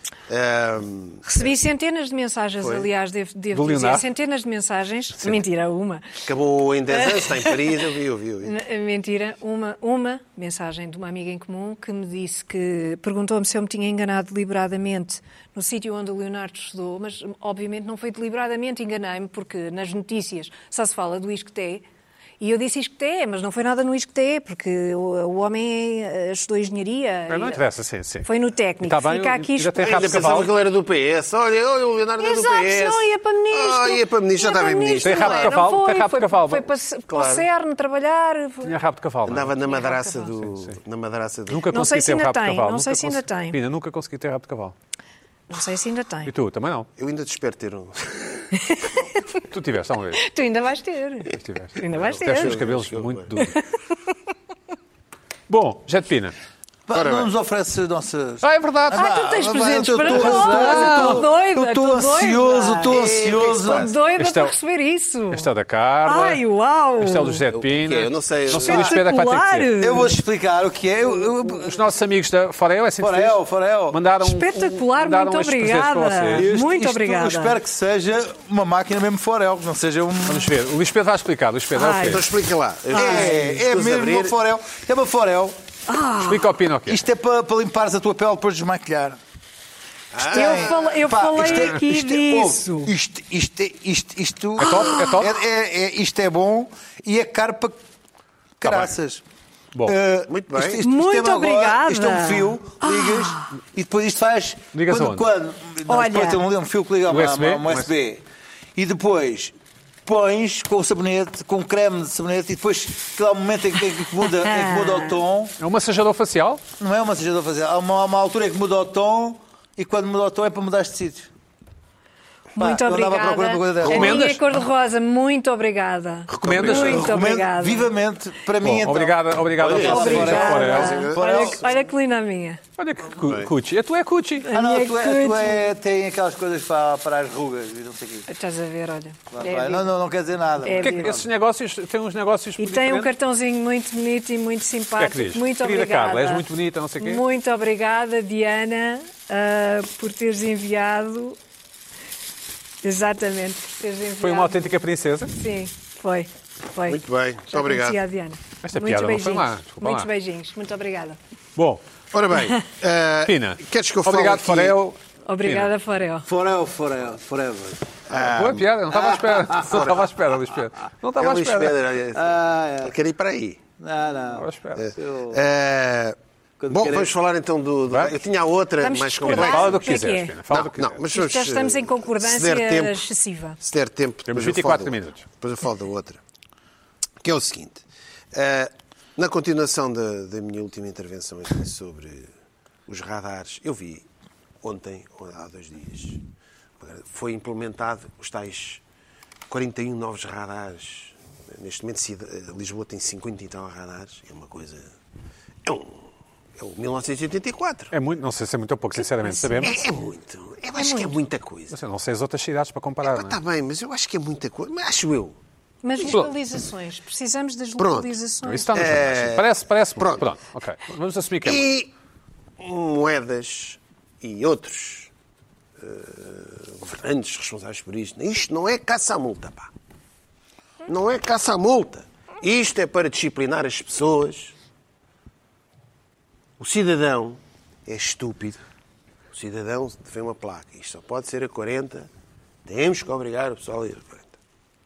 Ahm,
Recebi centenas de mensagens, aliás, devo, devo
Do
dizer,
Leonardo?
centenas de mensagens. Mentira, uma.
acabou em 10 anos, está em Paris, eu vi, eu vi. Eu
É
vi.
N- eh, Mentira, uma, uma mensagem de uma amiga em comum que me disse que perguntou-me se eu me tinha enganado deliberadamente no sítio onde o Leonardo estudou, mas obviamente não foi deliberadamente, enganei-me, porque nas notícias só se fala do Isqueté. E eu disse Isqueté, mas não foi nada no Isqueté, porque o, o homem eh, estudou engenharia.
Mas não
e-
interessa, sim, sim.
Foi no técnico.
Tá bem,
Fica
eu-
aqui
ainda tem
explicado.
Rápido
Ainda pensava
Cavalo.
que ele era do PS. Olha, olha o Leonardo era do PS.
Exato, senão ia para ministro.
Ah, ia para ministro, já
Ia
estava em
para
ministro.
Tem rabo de
não é?
cavalo,
Não
tem
foi,
rabo de
foi-
cavalo.
Foi para, se- para
Claro.
o CERN trabalhar. foi-
Tinha rabo de cavalo. não é?
Andava na madraça
Cavalo.
do... Na madraça do...
Nunca
Não
consegui
sei se
ter um
ainda
rabo de
tem,
cavalo.
não sei
nunca
se ainda
consegui-
tem. É.
Pina, nunca consegui ter rabo de cavalo.
Não sei se ainda tem.
E tu, também não.
Eu ainda te espero ter um.
Tu tiveste, há uma
[LAUGHS]
vez.
Tu ainda vais ter.
Tiveste.
Tu ainda vais
Tiveste os
ter.
cabelos
Chegou
muito
bem.
duros. [LAUGHS] Bom, Jet Pina.
Pá, não nos oferece a nossa.
Ah, é verdade.
Ah, tu tens
Vai,
presentes
eu tô-
para
eu tô-
nós.
eu tô-
Estou doida.
eu tô ansioso,
é
estou ansioso.
Estou doida
Este é
para
o-
receber isso.
Este é o da Carla.
Ai, uau.
Este é o do Zé de
O que é?
Pina.
Eu não sei,
Não sei
eu-
o Luís Pedro é que vai ter que dizer.
Eu vou explicar o que é. Eu, eu-
Os nossos amigos da Forel, é assim que se
Forel,
diz?
Forel.
Mandaram um-
Espetacular,
mandaram
muito
estes presentes para
obrigada.
vocês.
Muito
isto-
obrigada.
Eu espero que seja uma máquina mesmo Forel, que não seja um.
Vamos ver. O Luís Pedro vai explicar. Luís Pedro, é o
Ai.
Então
quê?
explica lá.
Ah,
Eu-
É, é
Escusa
mesmo
abrir.
uma Forel. É uma Forel.
Ah.
Explica ao Pina o quê?
Isto é para, para limpares a tua pele depois de desmaquilhar.
Ah.
Isto
Eu
é-
fala- eu falei aqui
isto é-
disso.
ouve, Isto, isto, é- isto, isto,
É top, é top? Tá
é- é- isto é bom e é caro para caraças.
Bom,
Eh,
muito bem.
Muito
é uma agora,
obrigada. Ah.
Isto é um fio, ligas, e depois isto faz...
Ligas
quando,
aonde?
quando, não,
Olha.
Depois tem um, um fio que liga a uma-
USB?
a uma USB. E depois pões com o sabonete, com o creme de sabonete, e depois aquele momento em que, em que muda, em que
[LAUGHS]
muda o tom...
é um massageador facial?
Não é uma massagem a fazer. Há uma, há uma altura em que muda o tom e quando muda o tom é para mudar de sítio.
Muito
eu andava à
obrigada.
procura de uma coisa dessas.
A minha
Recomendas?
cor-de-rosa, muito obrigada.
Recomendas?
Muito
Recomendo
obrigada.
vivamente para mim, então.
Obrigada, obrigada
Olha,
ao Francisco
Obrigada.
Aurélio.
Olha, que- olha que linda a minha.
Olha que cu- cuchi. A tua é cuchi.
A
Ah, não,
minha
tu, é, tu é- tem aquelas coisas para, para as rugas e não sei o quê.
Estás a ver, olha. É a
não,
vida.
não, não quer dizer nada.
É
O que é que esses negócios têm uns negócios
E tem um
diferentes?
cartãozinho muito bonito e muito
O que é que
simpático.
diz?
muito
Querida
obrigada.
Carla, és muito bonita, não sei o quê.
Muito obrigada, Diana, ah, por teres enviado. Exatamente, por teres enviado.
Foi uma autêntica princesa.
Sim, foi. foi.
Muito bem, muito
Já
obrigado.
conhecia a Diana.
Esta
Muitos
piada não foi
beijinhos.
má, desculpa
Muitos
lá.
beijinhos, muito obrigada.
Bom,
Ora bem, eh,
Pina.
queres que eu fale
Obrigado,
aqui?
Farel. é?
Obrigada, Farel.
Forever, forever, forever.
Boa piada, não estava à espera. Não estava à espera, Luís Pedro. Não estava à
É Luís
espera. Não
Pedro, olha,
Ah, é.
quero ir para aí.
Não,
estava à
não.
espera.
É.
Eu-
Eh,
Quando
bom,
querer-
vamos falar então do. do- eu tinha a outra
Vamos
mais
discordar?
complexa.
Fala do que
O que é que
quiseres,
é?
Pina. Fala do
Não,
que
não,
quiseres.
mas
Isto
vamos,
já estamos em
eh,
concordância
se der tempo-
excessiva.
Se der tempo,
Temos
depois eu
24
falo da outra.
minutos.
Depois eu falo da outra. Que é o seguinte. eh, na continuação da, da minha última intervenção aqui sobre os radares, eu vi ontem, ou há dois dias, foi implementado os tais 41 novos radares. Neste momento cida- eh, Lisboa tem 50 e tal radares. É uma coisa... É um... É o 1984.
É muito, não sei se é muito ou pouco, sinceramente, sabemos.
É, é muito. Eu acho que é muita coisa.
Mas eu não sei as outras cidades para comparar, não é?
Está bem, mas eu acho que é muita coisa. Mas acho eu.
Mas localizações, precisamos das
Pronto.
Não,
localizações.
Isso tá está nos jornais. Parece, parece. Pronto.
tá- É. Pronto.
Pronto, ok. Vamos assumir que é muito.
E moedas e outros eh, governantes responsáveis por isto. Isto não é caça à multa, pá. Não é caça à multa. Isto é para disciplinar as pessoas. O cidadão é estúpido. O cidadão vê uma placa. Isto só pode ser a 40. Temos que obrigar o pessoal a ir a 40.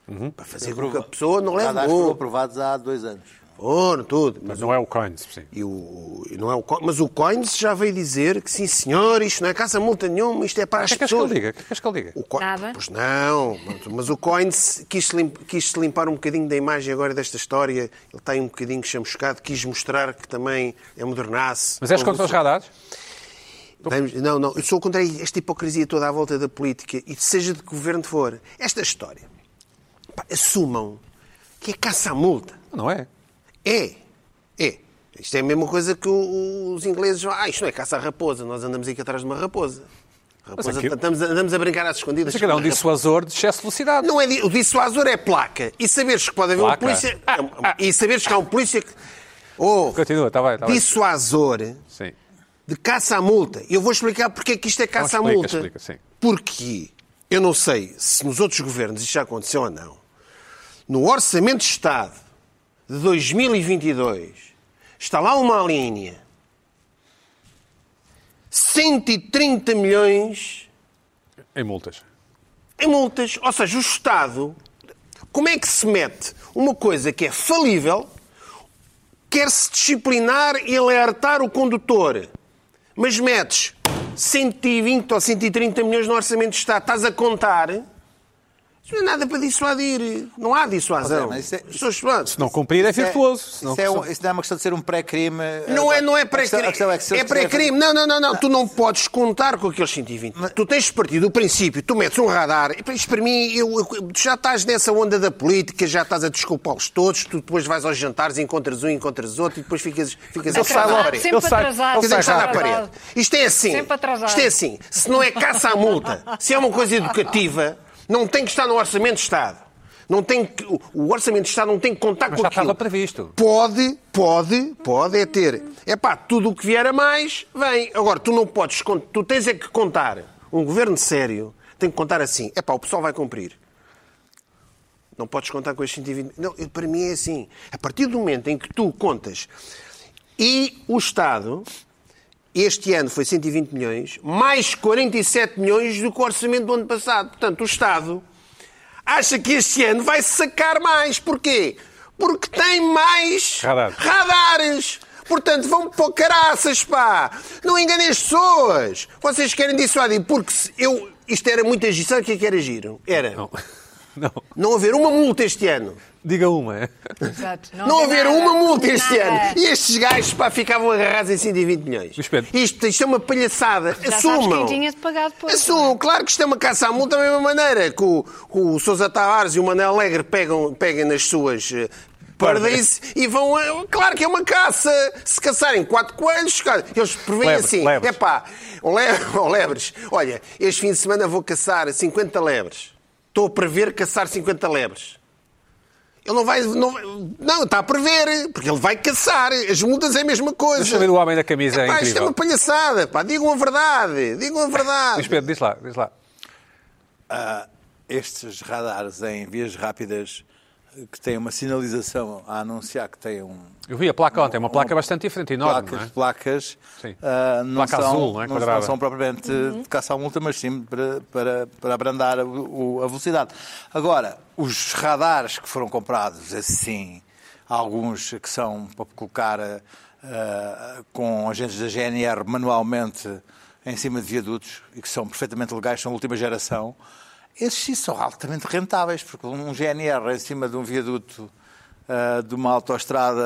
Uhum.
Para fazer com que a pessoa não leve
Cadastros foram
multa.
aprovados há dois anos.
Ouro, tudo. Mas
Mas não é o Coins, sim.
e o, e não é o, Co- mas o Coins já veio dizer que sim, senhor, isto não é caça multa nenhuma, isto é para
O
as
que é que és que ele
pessoas.
diga? O que é que és que ele diga?
O Co-
Nada.
Pois não, mas- mas o Coins quis se lim- quis se limpar um bocadinho da imagem agora desta história. Ele está aí um bocadinho chamuscado, quis mostrar que também é modernaço.
Mas és contra os radares?
Vamos- Não, não, eu sou contra esta hipocrisia toda à volta da política e seja de que governo for. Esta história, pá, assumam que é caça à multa.
Não é?
É, é. Isto é a mesma coisa que o- os ingleses. Ah, isto não é caça à raposa, nós andamos aqui atrás de uma raposa. Raposa,
aquilo-
estamos, a- andamos a brincar às escondidas.
Mas aquilo é um
Raposa.
dissuasor de excesso de velocidade.
Não é di- o dissuasor é placa. E saberes que pode haver
Placa?
um polícia.
Ah, ah.
E saberes que há um polícia que. Oh,
Continua, está Tá bem, está bem.
dissuasor
Sim.
de caça à multa. Eu vou explicar porque é que isto é caça à
Então explica,
multa.
explica, sim.
Porque eu não sei se nos outros governos isto já aconteceu ou não. No Orçamento de Estado de 2022 está lá uma linha 130 milhões
Em multas.
em multas. Ou seja, o Estado, como é que se mete uma coisa que é falível, quer-se disciplinar e alertar o condutor, mas metes 120 ou 130 milhões no orçamento de Estado, estás a contar. Isso não é nada para dissuadir. Não há dissuasão.
Mas isso é-
As pessoas falam,
Se não cumprir é
Isso é-
virtuoso. se não-
Isso, é um- isso não é uma questão de ser um pré-crime.
Não é, não é
A questão- a
pré-crime.
questão que se eles
É pré-crime. Não, não, não, não. Tu não podes contar com aqueles 120. Tu tens de partir do princípio, tu metes um radar. E, pá, Isto para mim, eu, eu- tu já estás nessa onda da política, já estás a desculpá-los todos. Tu depois vais aos jantares, encontras um, encontras outro e depois ficas, ficas
Ele sai
na
logo.
parede.
Sempre
Ele sai-
atrasado.
ele
Quer dizer,
sai
que está na
rápido.
parede. Isto é assim.
Sempre atrasado.
Isto é assim. Se não é caça à multa, se é uma coisa educativa, não tem que estar no Orçamento de Estado. Não tem que, o- o Orçamento de Estado não tem que contar
Mas
com
já
aquilo.
estava previsto.
Pode, pode, pode é ter. É pá, tudo o que vier a mais, vem. Agora, tu não podes, con- tu tens é que contar. Um governo sério tem que contar assim. É pá, o pessoal vai cumprir. Não podes contar com estes 120. Não, eu- para mim é assim. A partir do momento em que tu contas e o Estado, este ano foi 120 milhões, mais 47 milhões do que o orçamento do ano passado. Portanto, o Estado acha que este ano vai sacar mais. Porquê? Porque tem mais
Radar.
radares. Portanto, vão pôr caraças, pá! Não enganem as pessoas! Vocês querem dissuadir, porque se eu. Isto era muito agir. Sabe o que é que era giro? Era
Não. Não.
não haver uma multa este ano.
Diga uma.
Exato.
Não haver
nada,
uma multa este
nada.
ano. E estes gajos pá, ficavam agarrados em 120 milhões.
Luís Pedro.
Isto, isto é uma palhaçada.
Já sabes
Assumam.
quem tinha de pagar depois.
Assumam. Claro que isto é uma caça à multa da mesma maneira que o, que o Sousa Tavares e o Manuel Alegre pegam, pegam nas suas eh, pardais e vão. a- Claro que é uma caça. Se caçarem quatro coelhos, cara, eles preveem
Lebres,
assim.
lebres.
É pá, ou le- [LAUGHS] ou lebres. Olha, este fim de semana vou caçar 50 lebres. Estou a prever caçar 50 lebres. Ele não vai. Não, vai- não, está a prever, porque ele vai caçar. As multas é a mesma coisa.
Deixa eu ver o homem da camisa, é,
Epá, isto é
incrível.
uma palhaçada, pá. Digam a verdade. Digam a
Luís
verdade.
Pedro, diz lá, diz lá.
estes radares em vias rápidas eh, que têm uma sinalização a anunciar que têm um.
Eu vi a placa ontem, é uma placa bastante diferente, enorme,
placas,
não é?
placas
Sim.
ah, não
Placa
são,
azul, não é?
não,
Quadrada.
não são propriamente de caça à multa, mas sim para, para, para abrandar a, o- a velocidade. Agora, os radares que foram comprados assim, há alguns que são para colocar ah, ah, com agentes da GNR manualmente em cima de viadutos e que são perfeitamente legais, são a última geração, esses sim são altamente rentáveis, porque um GNR em cima de um viaduto ah, de uma autoestrada.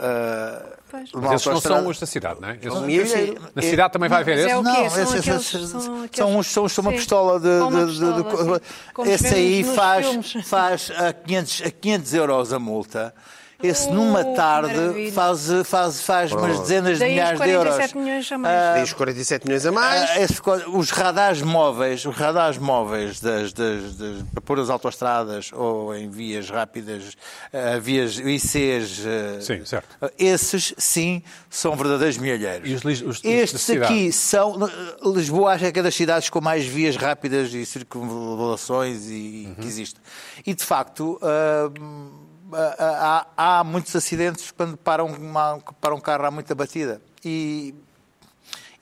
ah,
Pois.
de uma
Mas esses não
autoestrada-
são os da cidade, não é? Esses-
São milhas e-
Na cidade também vai haver
Mas é
esses?
o quê?
Não,
São
esses-
aqueles-
esses-
são
são
aqueles-
uns- são- são uma
Sim.
pistola de.
São uma
de- de- de-
pistola, sim. Como se
esse
vê
aí
nos
faz,
filmes.
[LAUGHS] faz a 500, a 500 euros a multa. Esse numa
Oh,
tarde
maravilha.
faz, faz, faz umas dezenas de
Daí os
milhares de euros.
47 milhões a mais.
Diz 47 milhões a mais.
Ah, esse co- os radares móveis, os radares móveis das, das- das- para pôr as autoestradas ou em vias rápidas, ah, vias ICs, ah,
Sim, certo.
ah, esses sim são verdadeiros milheiros.
E os lis- os- os da
Estes
cidade?
aqui são. Lisboa acho que é das cidades com mais vias rápidas e circunvalações e,
Uhum.
que existe. E de facto. ah, ah, Há, há muitos acidentes quando param, uma, para um carro há muita batida e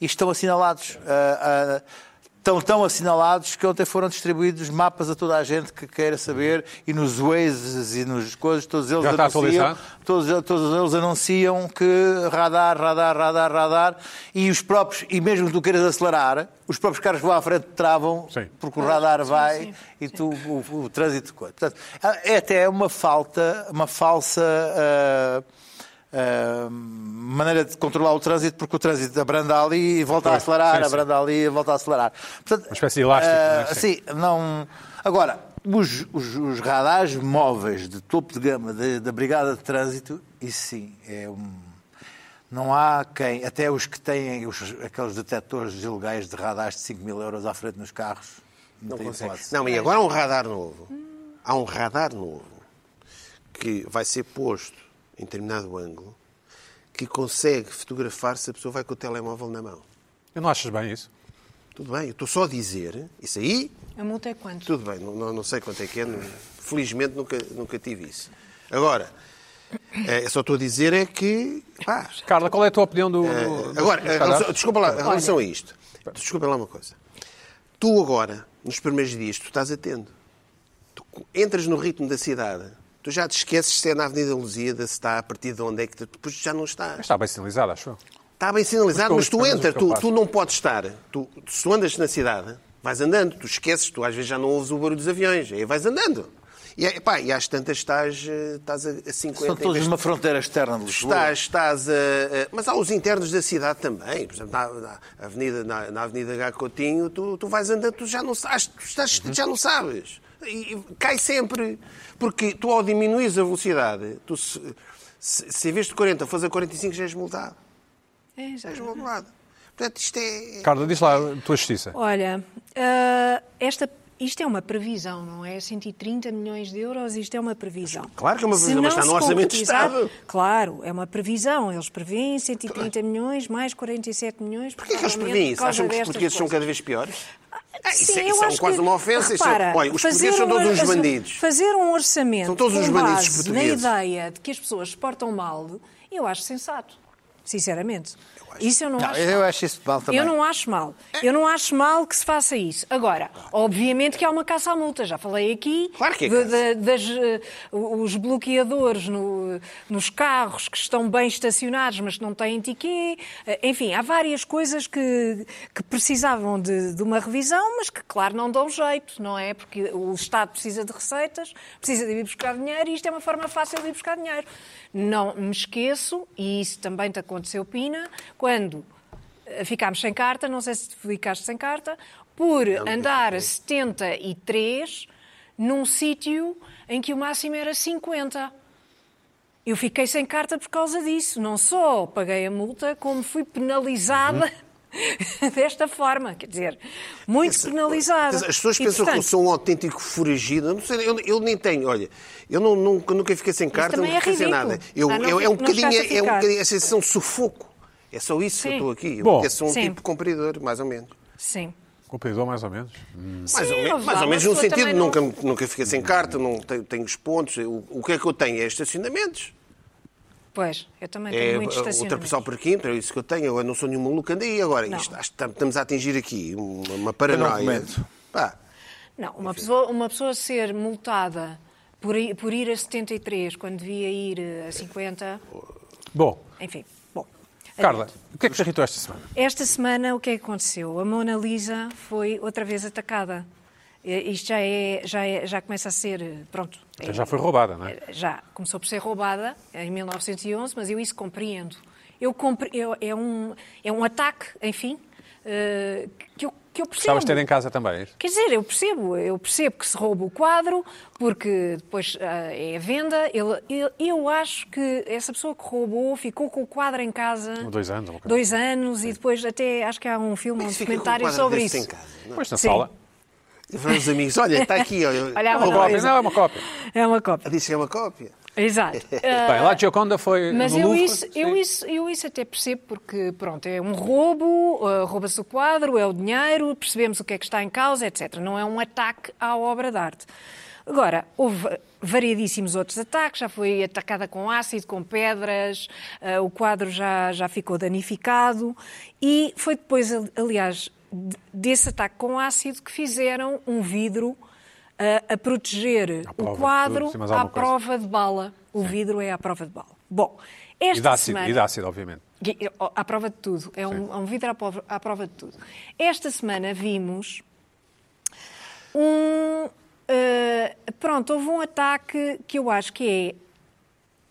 e estão assinalados. Ah, ah, estão tão assinalados que ontem foram distribuídos mapas a toda a gente que queira saber e nos Waze e nos coisas, todos eles
Já está
anunciam,
atualizado?
todos, todos eles anunciam que radar, radar, radar, radar e os próprios, e mesmo que tu queiras acelerar, os próprios carros que vão à frente te travam
Sim.
porque o radar vai
sim,
e tu o, o trânsito coisa. Portanto, é até uma falta, uma falsa ah, ah, maneira de controlar o trânsito, porque o trânsito abranda ali e volta a
Pois,
acelerar,
sim, sim.
abranda ali e volta a acelerar. Portanto,
Uma espécie de elástico,
ah,
não é? Sim.
Sim, não. Agora, os, os- os radares móveis de topo de gama da- da Brigada de Trânsito, isso sim, é um. Não há quem, até os que têm os- aqueles detectores ilegais de radares de 5 mil euros à frente nos carros, não, têm
Consegue.
hipótese.
Não, e agora há um radar novo. Há um radar novo que vai ser posto em determinado ângulo que consegue fotografar se a pessoa vai com o telemóvel na mão.
Eu não achas bem isso?
Tudo bem, eu estou só a dizer. Isso aí
A multa é quanto?
Tudo bem, não, não- não sei quanto é que é, não- felizmente nunca, nunca tive isso. Agora, eh, só estou a dizer é que. pá,
Carla, qual é a tua opinião do.
eh,
do- dos
agora, eh,
radares?
relação- desculpa lá, em relação a isto, desculpa lá uma coisa. Tu agora, nos primeiros dias, tu estás atento. Tu co- entras no ritmo da cidade, tu já te esqueces se é na Avenida Lusíada, se está a partir de onde é que. tu- Depois já não estás.
Mas Está bem sinalizado, acho eu.
Está bem sinalizado,
Mas
mas
estou-
tu
mas
entras,
o que eu
tu,
faço?
tu não podes estar. Tu, se tu andas na cidade, vais andando, tu esqueces, tu às vezes já não ouves o barulho dos aviões, aí vais andando. E, aí, pá, e às tantas estás, eh, estás a a 50
São
em vez
todos
de-
numa fronteira externa de Lisboa.
Estás, estás a, a- Mas há os internos da cidade também. Por exemplo, na, na avenida, na, na avenida Gacotinho, tu, tu vais andando, tu já não sabes. Tu estás- já não sabes. E, e cai sempre. Porque tu, ao diminuires a velocidade, tu se, se, se em vez de 40 fores a 45, já és multado.
É, já.
És multado. Portanto, isto é.
Carla, diz lá a tua justiça.
Olha, ah, esta, isto é uma previsão, não é? 130 milhões de euros, isto é uma previsão.
Claro que é uma
Se
previsão, mas
não
está no
se
Orçamento de
concretizar-
Estado.
Claro, é uma previsão. Eles prevêem 130 milhões, mais 47 milhões.
Porquê é que eles preveem isso? Acham que os portugueses são cada vez piores? Ah, isso
Sim,
é,
eu
isso é
acho
quase
que-
uma ofensa. isso é-
Repara,
olha, os
fazer
portugueses são todos
um-
uns
fazer-
bandidos.
Fazer um orçamento
São todos uns
com
bandidos
base na
portugueses.
ideia de que as pessoas se portam mal, eu acho sensato. sinceramente. Isso eu não, acho
eu
mal.
acho isso mal também.
Eu não acho mal.
É.
Eu não acho mal que se faça isso. Agora, obviamente que há uma caça à multa, já falei aqui.
Claro que é
de-
caça.
da- das, eh, os bloqueadores no- nos carros que estão bem estacionados, mas que não têm tiquê. Eh, Enfim, há várias coisas que, que precisavam de, de uma revisão, mas que, claro, não dão jeito, não é? Porque o Estado precisa de receitas, precisa de ir buscar dinheiro e isto é uma forma fácil de ir buscar dinheiro. Não me esqueço, e isso também te aconteceu, Pina, quando eh, ficámos sem carta, não sei se ficaste sem carta, por andar a 73 num sítio em que o máximo era 50. Eu fiquei sem carta por causa disso. Não só paguei a multa, como fui penalizada [LAUGHS] desta forma. Quer dizer, muito penalizada.
As pessoas
E,
pensam que eu
portanto,
sou um autêntico foragido. Eu, não sei, eu, eu nem tenho, olha, eu não, nunca, nunca fiquei sem carta,
também
nunca
é
fiquei sem
ridículo.
nada. Eu,
Ah, não
eu- é, um
fico- não
bocadinho,
chegaste a
é um
ficar.
bocadinho a sensação de sufoco. É só isso que
Sim.
eu estou aqui.
Bom.
eu sou um
Sim.
tipo compridor, mais ou menos.
Sim.
Compreendeu mais ou menos?
Mais
Sim,
ou, menos,
mas
mais
vá,
ou menos
uma
num
pessoa
sentido,
também não-
nunca, nunca fiquei sem carta, não tenho, tenho os pontos. O, o que é que eu tenho? É estacionamentos.
Pois, eu também tenho
É
muito
outra
estacionamento.
pessoa por quinta, é isso que eu tenho. Eu não sou nenhum maluco, andei agora.
Não.
Isto, acho que tam- estamos a atingir aqui uma, uma paranoia.
recomendo.
Pá,
Não, uma pessoa, uma pessoa ser multada por ir, por ir a 73 quando devia ir eh, a 50,
É,
Bom,
enfim, bom.
Carla, o que é que te irritou esta semana?
Esta semana, o que é que aconteceu? A Mona Lisa foi outra vez atacada. Eh, Isto já, é, já, é- já começa a ser. eh, Pronto.
Até
é-
já foi roubada, não é?
já começou por ser roubada em 1911, mas eu isso compreendo. Eu compre... eu- é, um, é um ataque, enfim, eh, que, eu, que eu percebo.
Gostavas de ter em casa também. é isso?
Quer dizer, eu percebo, eu percebo que se rouba o quadro, porque depois ah, é a venda. Ele- ele- eu acho que essa pessoa que roubou ficou com o quadro em casa.
Dois anos, ou uma coisa assim.
Dois anos e depois até acho que há um filme, um
se fica com o
documentário
quadro
sobre
desse em
isso.
casa, não é?
Pois na
Sim.
sala.
E para os amigos, olha, está aqui, olha.
Olha, há
Não,
uma
cópia,
coisa.
não, é uma cópia.
É uma cópia.
Disse que é uma cópia.
[LAUGHS]
Exato. Ah,
Bem, lá de Gioconda foi
Mas
no
eu
Louvre.
isso, eu, isso, eu isso até percebo, porque pronto, é um roubo, ah, rouba-se o quadro, é o dinheiro, percebemos o que é que está em causa, etc. Não é um ataque à obra de arte. Agora, houve variedíssimos outros ataques, já foi atacada com ácido, com pedras, ah, o quadro já, já ficou danificado e foi depois, ali- aliás, de- desse ataque com ácido que fizeram um vidro ah, a proteger
À prova
o
de
quadro
tudo, sim, mais
à
alguma coisa.
prova de bala. O vidro é à prova de bala. Bom, esta
E de ácido,
semana...
e de ácido, obviamente.
E- e- À prova de tudo. É um, é um vidro à prova, à prova de tudo. Esta semana vimos um. eh, pronto, houve um ataque que eu acho que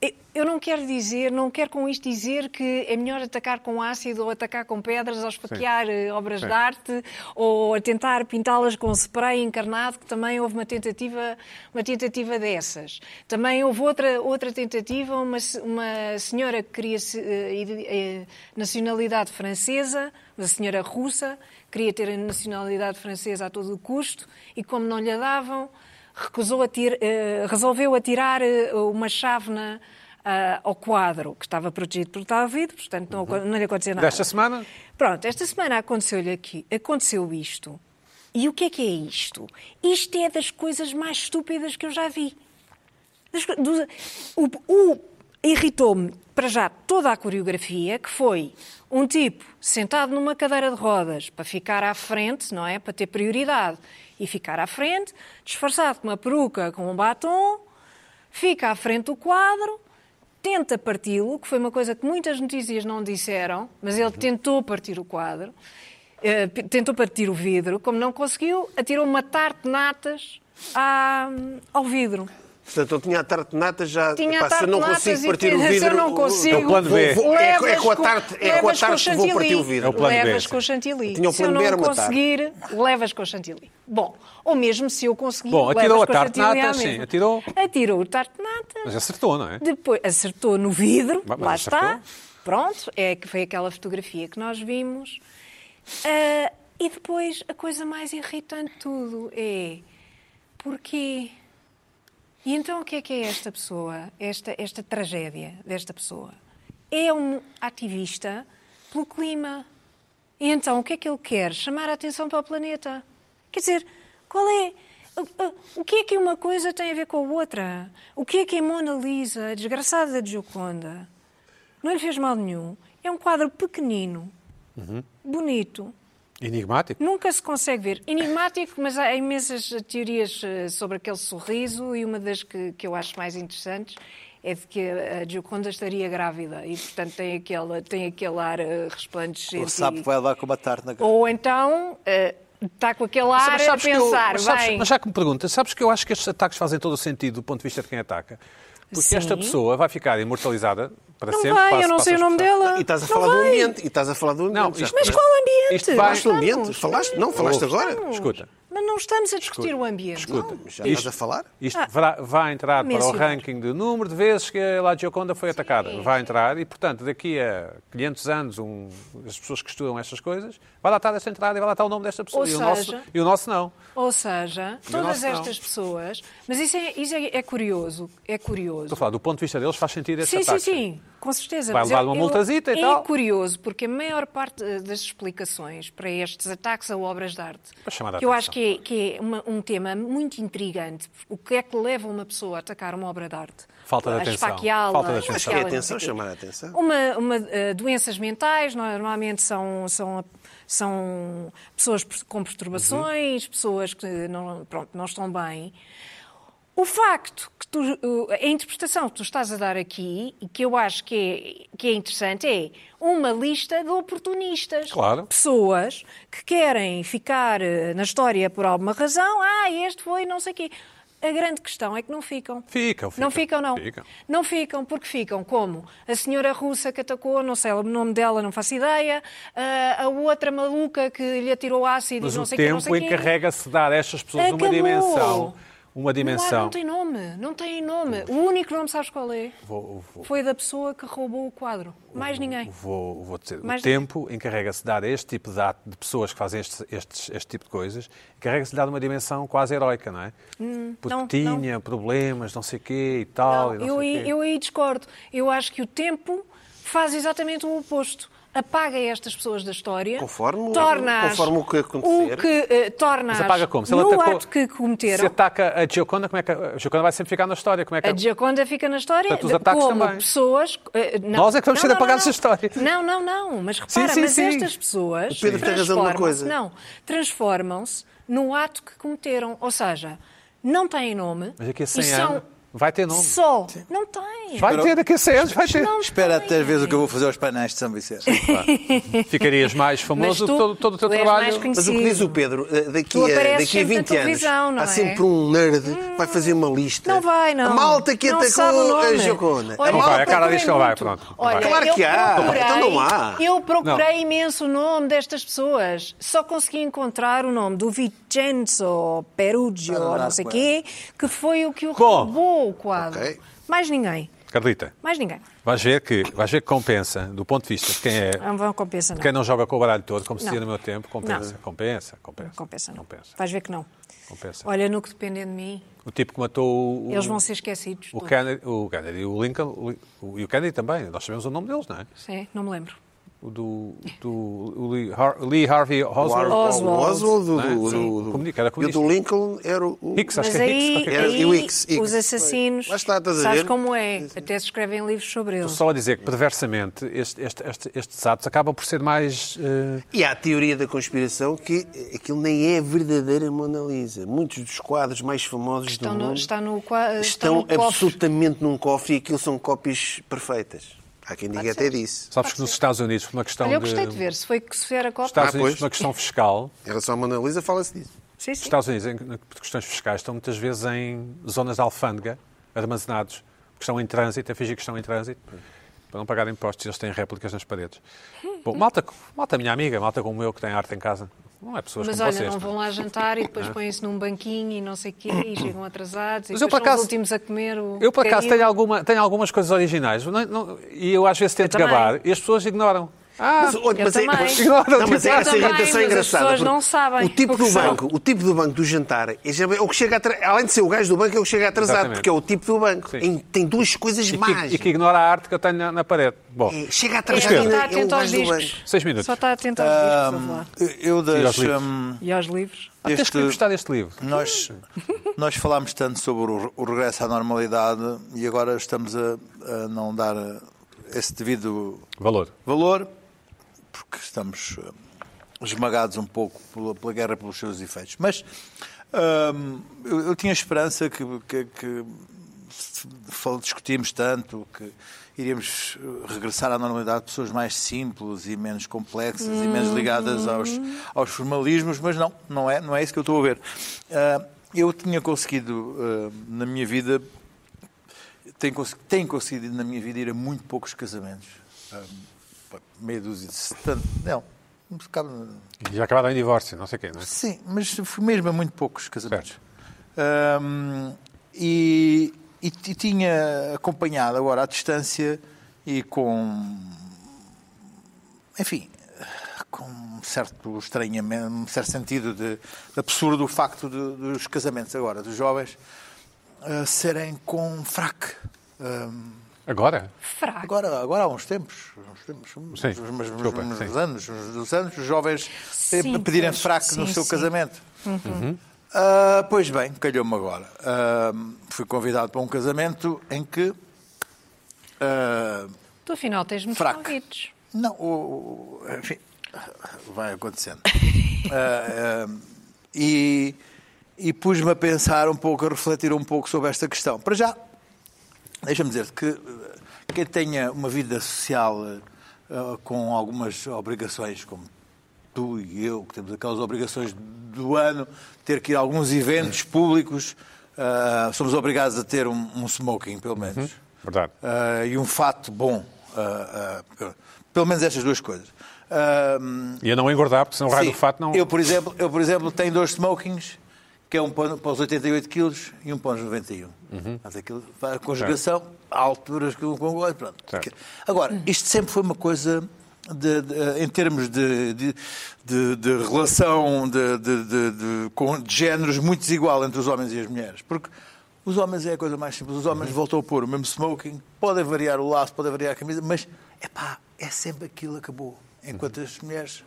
é. eu- Eu não quero dizer, não quero com isto dizer que é melhor atacar com ácido ou atacar com pedras ou esfaquear eh, obras
Sim.
de arte ou a tentar pintá-las com spray encarnado, que também houve uma tentativa, uma tentativa dessas. Também houve outra, outra tentativa, uma, se- uma senhora que queria se- eh, ide- eh, nacionalidade francesa, uma senhora russa, queria ter a nacionalidade francesa a todo o custo e como não lhe a davam, recusou atir, eh, resolveu atirar eh, uma chávena ah, ao quadro, que estava protegido por tal vidro, portanto não, acon- não lhe aconteceu nada.
Desta semana?
Pronto, esta semana aconteceu-lhe aqui, aconteceu isto. E o que é que é isto? Isto é das coisas mais estúpidas que eu já vi. Das co- do- o, o- irritou-me para já toda a coreografia, que foi um tipo sentado numa cadeira de rodas para ficar à frente, não é? Para ter prioridade e ficar à frente, disfarçado com uma peruca, com um batom, fica à frente do quadro, tenta parti-lo, que foi uma coisa que muitas notícias não disseram, mas ele tentou partir o quadro, eh, p- tentou partir o vidro, como não conseguiu, atirou uma tarte de natas à- ao vidro.
Portanto, eu tinha a tarte de nata já.
Tinha
pá,
a
se eu não
tarte de
consigo
natas e
partir o
tinha- [LAUGHS] se eu
vidro.
não
o-
consigo,
É o plano B.
vou- é, é
levas
com a tarte, é com a
levas
tarte que vou partir o
chantilly.
vidro.
É o plano B,
levas
sim.
com o chantilly.
Eu tinha o
se eu
plano B,
não
era uma tarte.
conseguir, levas com o chantilly. Bom, ou mesmo se eu conseguir,
Bom,
levas
atirou
com
a tarte
chantilly à
nata, sim,
mesa.
atirou.
Atirou o tarte de nata.
Mas acertou, não é?
Depois acertou no vidro,
Mas- mas
lá
acertou.
está. Pronto, é que foi aquela fotografia que nós vimos. Ah, e depois a coisa mais irritante de tudo é porquê? E então o que é que é esta pessoa, esta, esta tragédia desta pessoa? É um ativista pelo clima. E então o que é que ele quer? Chamar a atenção para o planeta. Quer dizer, qual é. o- o- O que é que uma coisa tem a ver com a outra? O que é que a Mona Lisa, a desgraçada de Gioconda, não lhe fez mal nenhum? É um quadro pequenino, bonito,
Enigmático.
Nunca se consegue ver. Enigmático, mas há imensas teorias eh, sobre aquele sorriso e uma das que, que eu acho mais interessantes é de que a a Gioconda estaria grávida e, portanto, tem aquele, tem aquele ar eh, resplandecente.
O sapo
e-
vai lá com uma tarde na
Ou então eh, está com aquele
Mas
ar a
sabes que eu-
pensar,
mas sabes-
bem,
mas já que me pergunta, sabes que eu acho que estes ataques fazem todo o sentido do ponto de vista de quem ataca? Porque
Sim.
esta pessoa vai ficar imortalizada para
não
sempre.
vai,
passa-
eu não
passa
sei o
a
nome
expressão.
dela.
E estás a
Não
falar do
vai.
ambiente. E estás a falar do ambiente.
Não,
já
isto-
Mas
estás.
qual ambiente?
Isto vai-
Falaste do
Estamos.
ambiente? Falaste? Não, falaste agora?
Estamos.
Escuta.
Mas não estamos a discutir o ambiente.
Escuta,
não.
já estás a falar?
Isto vai, vai entrar para o
Mencionar.
ranking do número de vezes que a La Gioconda foi atacada. Vai entrar e, portanto, daqui a 500 anos, um- as pessoas que estudam estas coisas, vai lá estar esta entrada e vai lá estar o nome desta pessoa.
Ou
e, o
seja-
nosso, e o nosso não.
Ou seja,
não
todas
sei não.
estas pessoas. Mas isso é, isso é, é curioso. É curioso.
Estou a falar, do ponto de vista deles faz sentido este
Sim, sim,
ataque.
sim, com certeza.
Vai
Mas
levar
eu-
uma
eu-
multazita e
é
tal.
curioso, porque a maior parte eh, das explicações para estes ataques a obras de arte,
Para chamar a
que eu
atenção.
acho que é, que é uma- um tema muito intrigante, o que é que leva uma pessoa a atacar uma obra de arte?
Falta de
a
atenção.
esfaqueá-la,
Falta de
a
atenção.
Acho que é
esfaqueá-la,
atenção,
não sei o quê.
chamar a atenção.
Uma, uma, eh, doenças mentais, é? normalmente são, são, são pessoas com perturbações,
Uhum.
pessoas que não, pronto, não estão bem. O facto que tu, o- a interpretação que tu estás a dar aqui, e que eu acho que é, que é interessante, é uma lista de oportunistas.
Claro.
Pessoas que querem ficar eh, na história por alguma razão. Ah, este foi não sei o quê. A grande questão é que não ficam.
Ficam, ficam.
Não ficam, não.
Ficam.
Não ficam, porque ficam como? A senhora russa que atacou, não sei o nome dela, não faço ideia. ah, a outra maluca que lhe atirou ácido,
Mas
não
o
sei o quê, não
tempo
sei quem.
encarrega-se de dar a estas pessoas uma
Acabou.
dimensão. Uma
Não, há,
dimensão.
não tem nome, não tem nome. O único nome, sabes qual é?
Vou- vou-
Foi da pessoa que roubou o quadro. Mais ninguém.
Vou, vou dizer,
Mais
o
ninguém.
tempo encarrega-se de dar a este tipo de, ato, de pessoas que fazem este, estes- este tipo de coisas, encarrega-se de dar uma dimensão quase heroica, não é? Porque
Hum, não,
tinha problemas, não sei quê e tal. e não
Não, eu,
sei
aí,
quê.
eu aí discordo. Eu acho que o tempo faz exatamente o oposto. Apaga estas pessoas da história.
Conforme o-
torna-as-
conforme o que acontecer.
O que, eh, torna-as
Mas apaga como? Se
no
ela atacou-
ato que cometeram.
Se ataca a Gioconda, como é que a a Gioconda vai sempre ficar na história? Como é que
A Gioconda fica na história
Portanto, os ataques
como
também.
pessoas... eh, não.
Nós é que vamos
Não,
ser
não,
apagados
não.
da história.
Não, não, não. Mas repara,
sim,
mas
sim.
estas pessoas
O Pedro tem razão numa
transformam-se-
coisa.
Não, transformam-se no ato que cometeram. Ou seja, não têm nome.
Mas é daqui a
e
100
são
anos vai ter nome.
Só. Não têm.
Vai ter, daqui a 100 anos vai ter.
Não
Espera até
têm.
às vezes o que eu vou fazer aos painéis de São Vicente.
Ficarias mais
Mas
famoso
tu,
do que todo, todo o teu
tu és
trabalho.
mais
Mas o que diz o Pedro, eh, daqui
Tu
a,
apareces
daqui a
sempre na
20 anos,
televisão, não
há
é? Hum.
sempre um nerd que vai fazer uma lista.
Não vai, não.
É. A malta que
não sabe o
atacou
nome.
a Joconda.
Olha,
a
Não vai,
malta
É a cara
procurei
diz que não vai,
muito.
pronto. Não
Olha,
vai.
Claro que
eu
há.
procurei-
Então não há.
Eu procurei imenso o nome destas pessoas. Só consegui encontrar o nome do Vincenzo Perugio,
Para
ou
dar
não sei
quadro.
quê, que foi o que o
Bom.
roubou o quadro.
Ok.
Mais ninguém.
Carlita,
Mais ninguém.
vais ver, que, vais ver que compensa, do ponto de vista de quem é
Não vão compensa, não.
Quem não joga com o baralho todo, como se
Não.
dizia no meu tempo, compensa,
Não.
compensa, compensa.
Não Compensa, não.
Compensa,
Vais ver que não.
compensa.
Olha, no que dependem de mim,
O tipo que matou o,
eles vão ser esquecidos.
o, é?
todos.
Kennedy, o Kennedy e o Lincoln, o- o- e o Kennedy também, nós sabemos o nome deles, não é?
Sim, não me lembro.
O do, do o Lee, Har- Lee Harvey
É O
Oswald.
Ar-
Oswald.
O Oswald, do,
Não é?
do,
Sim.
do, do-
Comunica, era
e o
comunista.
do Lincoln era o... o-
Hicks, acho
Mas
que é Hicks.
aí,
qualquer
Era-
coisa.
aí
e o X, X.
os assassinos,
Lá está, estás a
sabes
ver?
como é, até se escrevem livros sobre eles.
Só a dizer que, perversamente, este- este- este- estes atos acabam por ser mais... eh,
E há a teoria da conspiração que aquilo nem é a verdadeira Mona Lisa. Muitos dos quadros mais famosos
Estão
do
no-
mundo
está no qua- está
estão
no cofre.
absolutamente num cofre e aquilo são cópias perfeitas. Há quem diga até disso.
sabes que nos Estados Unidos, por uma questão
Olha, eu
de...
gostei de ver, se foi que se era copa.
Estados
Ah,
Unidos,
pois.
por uma questão fiscal,
Em relação à Mona Lisa, fala-se disso.
Sim,
Os
sim.
Estados Unidos, em em questões fiscais, estão muitas vezes em zonas de alfândega, armazenados, porque estão em trânsito, a fingir que estão em trânsito, para não pagar impostos, eles têm réplicas nas paredes. Bom, malta, malta minha amiga, malta como eu, que tem arte em casa, não é pessoas
Mas
como
olha,
vocês.
não
não é?
vão lá jantar e depois põem-se num banquinho e não sei o quê e chegam atrasados
Mas
e
eu, por
depois são
acaso-
os últimos a comer o
Eu, por acaso,
bocadinho.
tenho, alguma, tenho algumas coisas originais, não- não- e eu às vezes tento
também.
gabar, e as pessoas ignoram. Ah,
Mas, olha,
eu
mas é-
também.
mas-
Ignora,
não, mas é
eu
essa
também,
irritação é
mas as
engraçada.
pessoas
porque
não sabem
O tipo
o que
do
são.
banco, o tipo do banco do jantar, é já- é o que chega atra- além de ser o gajo do banco, é o que chega atrasado,
Exatamente.
porque é o tipo do banco.
Sim.
Em- Tem duas coisas
e
más.
que, e que ignora a arte que eu tenho na, na parede. Bom,
É, Chega
É,
atrasado,
só
ainda
está
é o
atento aos
gajo do banco.
discos.
Seis minutos.
Só está atento aos discos, a
Ah,
falar.
Eu das.
livros.
hum,
E aos livros.
ah, tens que
este-
gostar deste livro.
Nós, nós falámos tanto sobre o, o regresso à normalidade e agora estamos a, a não dar. a- esse devido
Valor.
valor, porque estamos eh, esmagados um pouco pela, pela guerra pelos seus efeitos. Mas hum, eu, eu tinha esperança que, que, que se- fal- discutimos tanto que iríamos eh, regressar à normalidade de pessoas mais simples e menos complexas e menos ligadas aos, aos formalismos, mas não, não é, não é isso que eu estou a ver. Ah, eu tinha conseguido ah, na minha vida tenho, cons- tenho conseguido na minha vida ir a muito poucos casamentos. Ah, pá, meia dúzia de setenta. Não, um bocado-
E já acabaram em divórcio, não sei o quê, não é?
Sim, mas fui mesmo a muito poucos casamentos. Ah, e, e t- tinha acompanhado agora à distância e com. Enfim, com um certo estranhamento, um certo sentido de, de absurdo o facto de- dos casamentos agora, dos jovens, ah, serem com fraque. Ah,
Agora?
Fraco.
Agora, agora há uns tempos, uns, tempos, uns,
Sim,
uns- uns-
desculpa,
uns
sim.
anos, uns dos anos, os jovens eh,
Sim,
pedirem
pois,
fraco no
sim, sim.
seu
Uhum.
casamento.
Uhum.
Ah, pois bem, calhou-me agora. Ah, fui convidado para um casamento em que. ah,
Tu afinal tens muitos
Fraco.
convites.
não, o, o- enfim, vai acontecendo. Ah, ah, e e pus-me a pensar um pouco, a refletir um pouco sobre esta questão. Para já, deixa-me dizer que eh, quem tenha uma vida social eh, eh, com algumas obrigações, como tu e eu, que temos aquelas obrigações do ano, ter que ir a alguns eventos públicos, ah, somos obrigados a ter um, um smoking, pelo menos.
Verdade.
Ah, e um fato bom. Ah, ah, pelo menos estas duas coisas. Ah,
E a não engordar, porque senão o raio
sim,
do fato não...
eu, por exemplo, eu, por exemplo, tenho dois smokings, que é um pano para os 88 quilos e um para os 91.
Uhum.
Portanto, aquilo, a conjugação, há alturas que um com o outro. pronto.
Certo.
Agora, isto sempre foi uma coisa, de- de- em termos de, de- de- de relação de, de- de- de- com- de géneros, muito desigual entre os homens e as mulheres. Porque os homens é a coisa mais simples. Os homens voltam a pôr o mesmo smoking, podem variar o laço, podem variar a camisa, mas epá, é sempre aquilo acabou. Enquanto as mulheres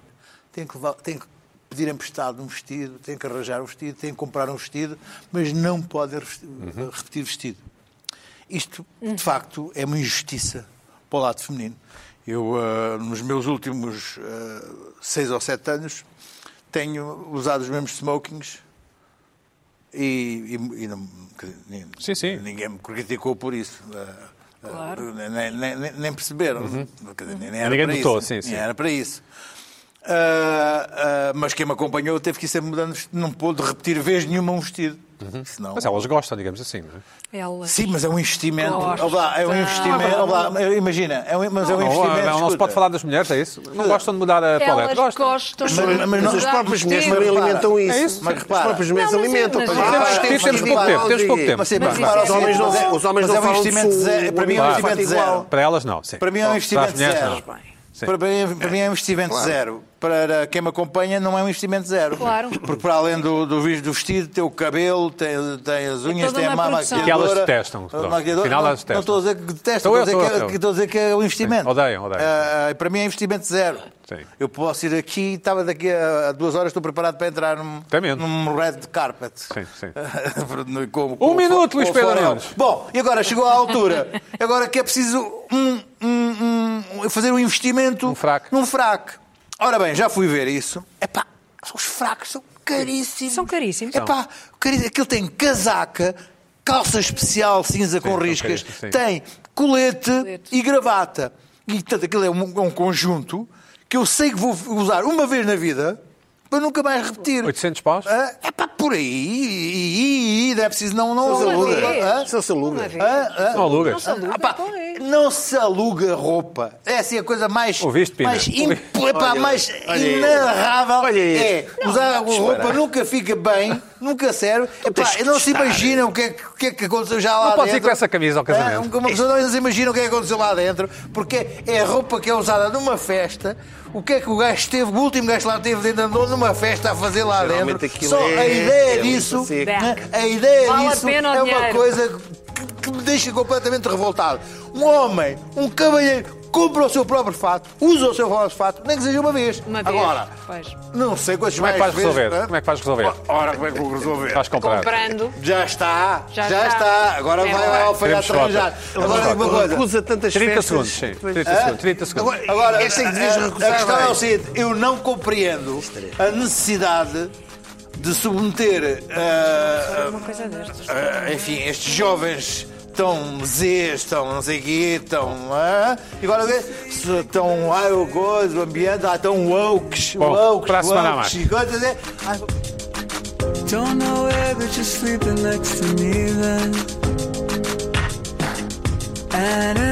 têm que, levar- têm que pedir emprestado um vestido, têm que arranjar um vestido, têm que comprar um vestido, mas não podem revesti- repetir vestido. Isto, de facto, é uma injustiça para o lado feminino. Eu, ah, nos meus últimos ah, seis ou sete anos, tenho usado os mesmos smokings e, e- e não- quer dizer, nem-
Sim, sim.
ninguém me criticou por isso. Ah, ah,
Claro.
nem, nem- nem- nem perceberam. Quer dizer, nem, nem era
Uhum. Ninguém
para
notou,
isso.
sim,
Nem
sim.
era para isso. Ah, ah, mas quem me acompanhou teve que ir sempre mudando, de vestido. não pôde repetir vez nenhuma um vestido. Senão-
Uhum. Mas é elas gostam, digamos assim, não é?
Ela.
Sim, mas é um investimento.
Gosto.
Olá, é um investimento. Olá, imagina, é um, mas é um
Não, não,
investimento.
não, não se pode
escuta.
falar das mulheres, é isso? Não gostam de mudar a
Elas
toalete? é? Gostam.
gostam
Mas-
de
mas
Mas
não-
os
mudar
próprios
de
mulheres
estilo.
também
repara,
alimentam isso.
é isso.
Mas
os
repara.
próprios mulheres
Não, mas é-
alimentam.
mas
para
é-
dizer, "Ah,
Mas
temos- temos
isto é
pouco tempo, temos pouco
igual".
tempo.
Mas sim,
Mas
mas repara,
isso é-
os homens não-
os homens
mas é
não
um
falam
investimento
sobre
zero. Para mim é um
o
investimento
alimento igual.
zero.
Para elas, não, sim.
Para mim é um
Para as
investimento
mulheres,
zero.
não. Sim.
Para mim, para mim é um investimento zero. Para quem me acompanha, não é um investimento zero.
Claro.
Porque para além do, do vis- do vestido, tem o cabelo, tem, tem as unhas,
toda
tem a
uma
má
produção.
maquiadora.
Que elas detestam, pronto.
a maquiadora.
Afinal,
não,
elas detestam.
não estou a dizer que detestam,
Estou eu,
estou a dizer
estou eu,
que,
estou eu.
estou a dizer que é um investimento.
odeiam, odeiam.
Ah, ah, para mim é um investimento zero.
Sim.
Eu posso ir aqui, estava daqui a a duas horas, estou preparado para entrar num,
Exatamente.
num red carpet.
Sim, sim.
No- com- com o
Um minuto,
Fo-
Luís
com o
Pedro
Florel.
Nunes.
Bom, e agora chegou à altura. [LAUGHS] Agora que é preciso um- um- um- fazer um investimento
Num fraco.
num fraco. Ora bem, já fui ver isso. Epá, os fracos são caríssimos.
São caríssimos.
Epá, caríssimos. aquilo tem casaca, calça especial cinza com
são
riscas,
caríssimos, sim.
tem colete,
Colete.
e gravata. E portanto aquilo é um, é um conjunto que eu sei que vou usar uma vez na vida para nunca mais repetir.
800 paus?
Ah, é para por aí, e, e, e, não é preciso não, não,
Uma
aluga.
vez.
Ah,
Isso é o seu lugar.
Uma vez.
ah, ah.
Não alugas.
Não se aluga,
Ah, pá,
pois.
não se aluga roupa. É assim a coisa mais,
Ouviste, Pina?
mais,
Ouvi-
imp- pá,
Olha,
mais
olha isso.
inarrável.
Olha isso.
é usar roupa nunca fica bem, nunca serve. Epá,
tens que
não se
testar.
imagina o que é que, o que, é que aconteceu já lá
Não podes ir
dentro.
com essa camisa ao casamento.
Ah, uma pessoa não se imagina o que é que aconteceu lá dentro, porque é a roupa que é usada numa festa. O que é que o gajo teve, o último gajo que lá teve dentro andou numa festa a fazer lá
Geralmente
dentro.
aquilo
Só
é-
a ideia
é muito
disso,
seco.
né, a ideia
Vale a
disso
pena o
é uma
dinheiro.
coisa que- que me deixa completamente revoltado. Um homem, um cavalheiro, compra o seu próprio fato, usa o seu próprio fato, nem que seja uma vez.
Uma vez.
Agora,
Pois.
não sei quantas
Como é que
mais
vais
vezes,
resolver?
né?
Como é que vais resolver?
Ora, como é que vou resolver?
Vais comprar.
Comprando.
Já está,
Já
já,
está.
está. Agora
É
vai
verdade.
lá ao
Teremos
falhaço arranjar.
frota.
Agora digo uma coisa.
Recusa tantas
30
festas.
segundos, sim.
Pois.
30 segundos. 30 segundos.
Agora-
Ah? Agora,
Essa é que devias
a- a-
recusar,
A questão
vai.
é o seguinte: eu não compreendo a necessidade de submeter, ah,
Uma coisa destas.
ah, enfim, estes jovens tão Zs, tão não sei quê, tão. ah, e agora vê se tão. Ah, eu gosto do ambiente, ah, tão wokes,
Bom,
wokes,
para a semana há mais.
wokes, e coisas, é. Ah,
Don't know where, but you're sleeping next to me then. And I